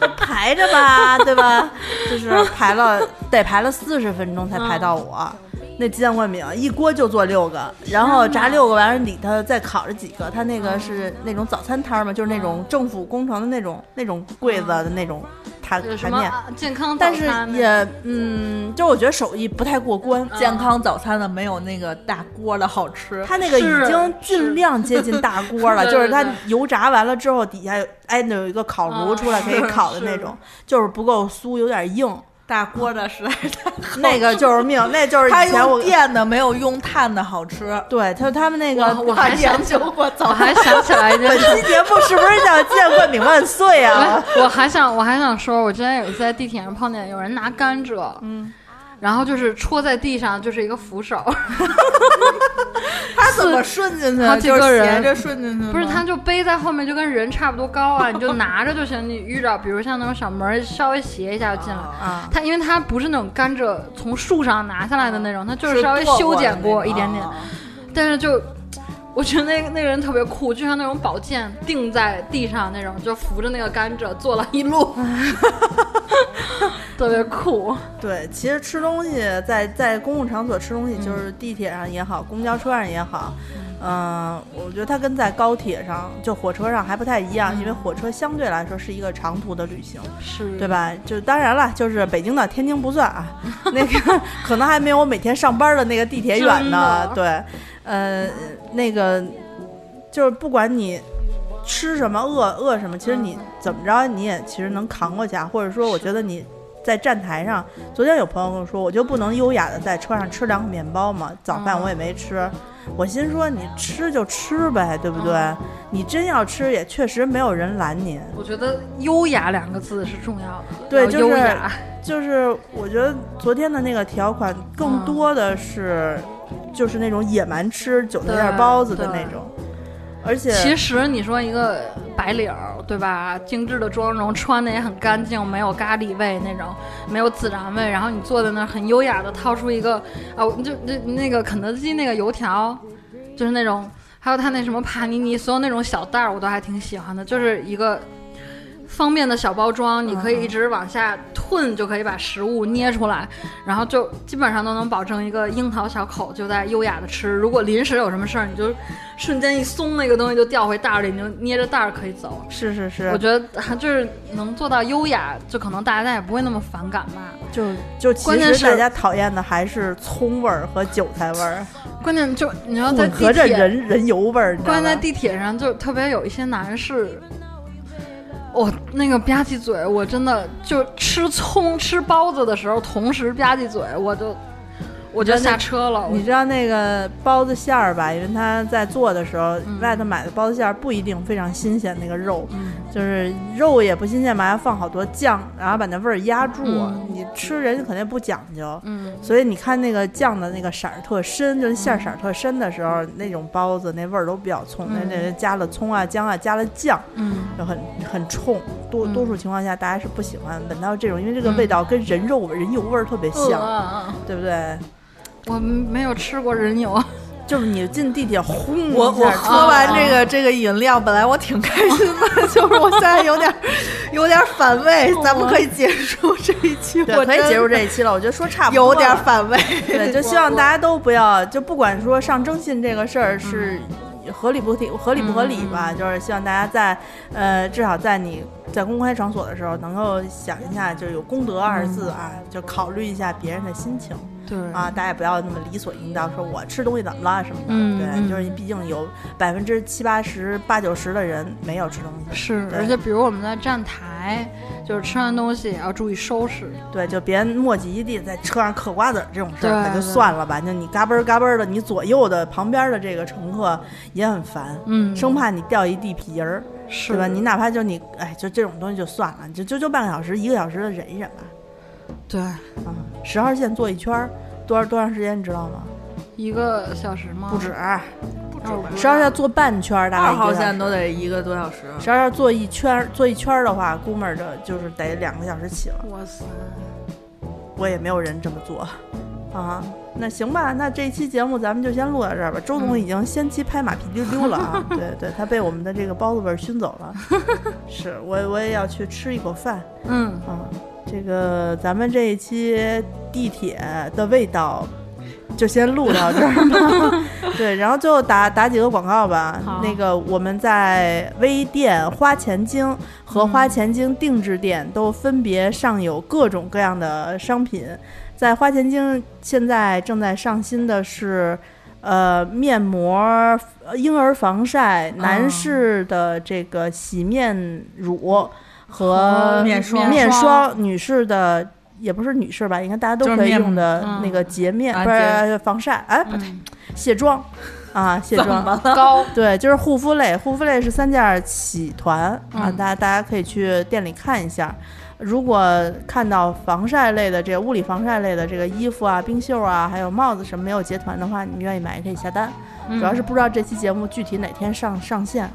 C: 就排着吧，对吧？就是排了，得排了四十分钟才排到我。
A: 嗯
C: 那鸡蛋灌饼一锅就做六个，然后炸六个完了里头再烤着几个。它那个是那种早餐摊儿嘛，就是那种政府工程的那种那种柜子的那种台
A: (laughs) 有
C: 台
A: 什么
C: 面，
A: 啊健康早
C: 但是
A: 餐呢？
C: 也嗯，就我觉得手艺不太过关。
D: 健康早餐的没有那个大锅的好吃。
C: 它那个
A: 是
C: 已经尽量接近大锅了，
A: 是
C: 就是
A: (laughs)
C: 它
A: 对对
C: 油炸完了之后底下有哎那有一个烤炉
A: 嗯
C: 出来可以
A: 是
C: 烤的那
A: 是
C: 种，就是不够酥，有点硬。
D: 大锅的实在是太好，
C: 那个就是命，那就是
D: (laughs) 它
C: 以前
D: 用
C: 我
D: 电的没有用碳的好吃。
C: 对，他他们那个
A: 我我还想
D: 研
A: 起来
D: 究
A: (laughs)
D: 过
A: 我
D: 早餐，
A: 还想起来一件
C: (laughs)
A: 事哎
C: 这节目是不是叫《见过饼万岁》
A: (laughs)
C: 啊？
A: 我还想，我还想说，我之前有一次在地铁上碰见有人拿甘蔗，嗯，然后就是戳在地上，就是一个扶手， (laughs)
D: 它怎么顺进去
A: 好
D: 的？
A: 几
D: 就是
A: 个人
D: 斜着顺进去的吗
A: 不是，他就背在后面，就跟人差不多高啊，你就拿着就行。你遇到比如像那种小门儿，稍微斜一下就进来。
C: 啊，
A: 它因为它不是那种甘蔗从树上拿下来的那种，它就是稍微
D: 剁
A: 修
D: 的
A: 剪
D: 那
A: 过
D: 种
A: 一点点，
D: 啊
A: 但是就。我觉得那个那个人特别酷，就像那种宝剑钉在地上那种，就扶着那个甘蔗坐了一路，特别酷。
C: 对，其实吃东西在在公共场所吃东西，就是地铁上也好，公交车上也好，嗯、我觉得它跟在高铁上、就火车上还不太一样，因为火车相对来说是一个长途的旅行，
A: 是
C: 对？吧？就当然了，就是北京的天津不算
A: (laughs)
C: 啊，那个可能还没有我每天上班的那个地铁远呢。
A: 真的
C: 对，呃，那个就是不管你吃什么饿饿什么，其实
A: 嗯
C: 你怎么着你也其实能扛过去啊。或者说，我觉得你在站台上，昨天有朋友跟我说，我就不能优雅的在车上吃两个面包吗？早饭我也没吃。
A: 哦
C: 我心说你吃就吃呗，对不对？
A: 哦
C: 你真要吃也确实没有人拦你。
A: 我觉得“优雅”两个字是重要的，
C: 对
A: 要
C: 就是
A: 优雅。
C: 就是我觉得昨天的那个条款
A: 嗯
C: 更多的是，就是那种野蛮吃韭菜馅儿包子的那种，而且
A: 其实你说一个白领儿，对吧？精致的妆容，穿的也很干净，没有咖喱味那种，没有孜然味。然后你坐在那儿很优雅的掏出一个啊，我就那那个肯德基那个油条，就是那种，还有他那什么帕尼尼，所有那种小袋儿我都还挺喜欢的，就是一个。方便的小包装，你可以一直往下吞，就可以把食物捏出来，然后就基本上都能保证一个樱桃小口就在优雅的吃。如果临时有什么事儿，你就瞬间一松，那个东西就掉回袋儿里，你就捏着袋儿可以走。
C: 是是
A: 我
C: 是，
A: 觉得还就是能做到优雅，就可能大家也不会那么反感吧。
C: 就就其
A: 关键
C: 实
A: 是
C: 大家讨厌的还是葱味儿和韭菜味儿，
A: 关键就你要在
C: 混合
A: 地
C: 着
A: 铁，
C: 人人油味儿，你知道
A: 关键在
C: 吧？
A: 地铁上就特别有一些男士，我那个吧唧嘴，我真的就吃葱吃包子的时候同时吧唧嘴，我就我就下车了。我
C: 你知道那个包子馅儿吧？因为他在做的时候，
A: 嗯
C: 外头买的包子馅儿不一定非常新鲜，那个肉，就是肉也不新鲜嘛，还放好多酱，然后把那味儿压住。啊
A: 嗯
C: 你吃人家肯定不讲究，
A: 嗯，
C: 所以你看那个酱的那个色儿特深，就是馅儿色儿特深的时候，那种包子那味儿都比较冲，那
D: 嗯
C: 那加了葱啊、姜啊，加了酱，
A: 嗯，
C: 就很很冲。多
A: 嗯
C: 多数情况下，大家是不喜欢闻到这种，因为这个味道跟人肉味儿、人油味儿特别
D: 嗯
C: 像，
A: 呃
C: 对不对？
A: 我没有吃过人油， (laughs)
C: 就是你进地铁轰，
D: 我我喝完这
A: 啊
D: 个这个饮料，本来我挺开心的， (laughs) 就是我现在有点有点反
A: 哦
D: 胃，咱们可以结束这一期，
C: 对，
D: 我
C: 可以
D: 真
C: 结束这一期了。我觉得说差不多
D: 有点
C: 了
D: 反胃。
A: (laughs) 嗯
C: 对，就希望大家都不要，就不管说上征信这个事儿是合理不合合理不合理吧，就是希望大家在呃至少在你在公开场所的时候，能够想一下，就是有公德二字啊，就考虑一下别人的心情。
A: 嗯对
C: 啊，大家也不要那么理所应当，说我吃东西怎么了什么的。
A: 嗯嗯
C: 对，就是毕竟有百分之七八十、八九十的人没有吃东西。
A: 是，
C: 对
A: 而且比如我们在站台，就是吃完东西也要注意收拾。
C: 对，就别墨迹一地，在车上嗑瓜子儿这种事
A: 对
C: 儿，那就算了吧。就你嘎嘣儿嘎嘣儿的，你左右的旁边的这个乘客也很烦，
A: 嗯，
C: 生怕你掉一地皮儿，
A: 是
C: 对吧？你哪怕就你，哎，就这种东西就算了，就就就半个小时、一个小时的忍一忍吧。
A: 对
C: 啊，十号线坐一圈儿，多少多长时间你知道吗？
A: 一个小时吗？
C: 不止，
D: 不止
A: 那我不
C: 十号线坐半圈儿，大概
D: 二号
C: 一个小时
D: 线都得一个多小时。
C: 十二要坐一圈儿，坐一圈儿的话，估摸着就是得两个小时起了。
A: 哇塞，
C: 我也没有人这么做，啊，那行吧，那这期节目咱们就先录到这儿吧。周总已经先期拍马屁溜溜了啊，对对，他被我们的这个包子味儿熏走了。是我我也要去吃一口饭
A: 嗯，
C: 啊。这个咱们这一期地铁的味道。就先录到这儿吧，对，然后最后打打几个广告吧
A: 好。
C: 那个我们在微店花钱精和花钱精定制店都分别上有各种各样的商品，在花钱精现在正在上新的是。呃，面膜、呃婴儿防晒、男士的这个洗面乳和
A: 和
D: 哦面霜
C: 面
A: 呃霜
C: 霜，女士的也不是女士吧，应该大家都
D: 就是
C: 可以
D: 面
C: 用的
A: 嗯
C: 那个洁面，
D: 啊
C: 不
D: 洁
C: 是防晒，哎，
A: 嗯
C: 卸妆啊，卸
D: 怎
C: 妆。
D: 么了？
A: 高，
C: 对，就是护肤类，护肤类是三件喜团、啊，
A: 嗯
C: 大家大家可以去店里看一下。如果看到防晒类的这个物理防晒类的这个衣服啊、冰袖啊，还有帽子什么没有结团的话，你们愿意买也可以下单。
A: 嗯
C: 主要是不知道这期节目具体哪天上上线啊。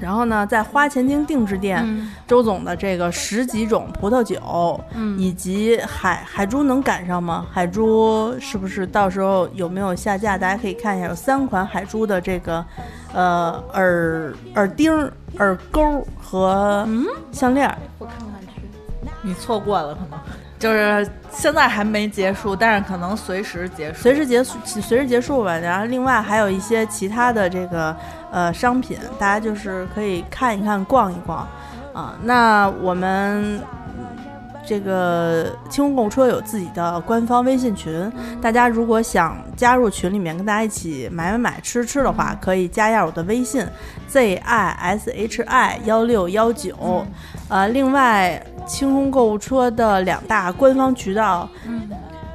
C: 然后呢，在花钱精定制店，
A: 嗯
C: 周总的这个十几种葡萄酒，
A: 嗯
C: 以及海海珠能赶上吗？海珠是不是到时候有没有下架？大家可以看一下，有三款海珠的这个，呃，耳耳钉儿、耳钩和项链儿。
A: 我看不下去。
D: 你错过了，可能就是现在还没结束，但是可能随时结束。
C: 随时结束，随时结束吧。然后另外还有一些其他的这个呃商品，大家就是可以看一看、逛一逛啊。那我们嗯这个清空购车有自己的官方微信群，大家如果想加入群里面跟大家一起买买买、吃吃的话，可以加一下我的微信 z i s h i 幺六幺九。呃，另外清空购物车的两大官方渠道。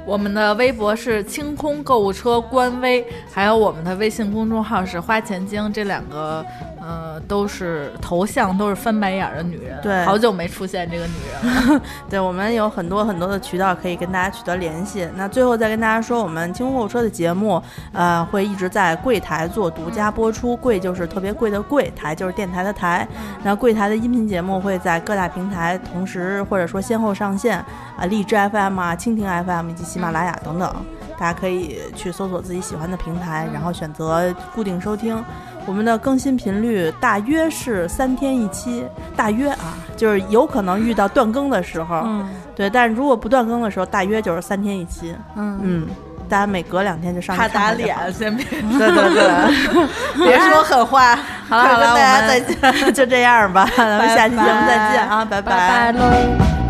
D: 我们的微博是清空购物车官微，还有我们的微信公众号是花钱精，这两个呃都是头像都是翻白眼儿的女人，
C: 对
D: 好久没出现这个女人了。
C: 对，我们有很多很多的渠道可以跟大家取得联系。那最后再跟大家说，我们清空购物车的节目，呃，会一直在柜台做独家播出。柜就是特别贵的柜，台就是电台的台。那柜台的音频节目会在各大平台同时或者说先后上线，啊、荔枝 FM 啊、蜻蜓 FM 以及喜马拉雅等等。大家可以去搜索自己喜欢的平台，然后选择固定收听。我们的更新频率大约是三天一期，大约啊，就是有可能遇到断更的时候，
A: 嗯
C: 对，但如果不断更的时候，大约就是三天一期。
A: 嗯，
C: 嗯，大家每隔两天就上去
D: 怕
C: 看
D: 打
C: 看就
D: 脸 (laughs)
C: 好。，
D: 先别
C: 对对对，
D: 别说狠话。好
C: 好
D: 了
C: 了，
D: 好
C: 跟
D: 了，
C: 大
D: 我
C: (laughs) 家
D: 们
C: 再见，就这样吧，咱们下期节目再见啊，拜
A: 拜拜喽。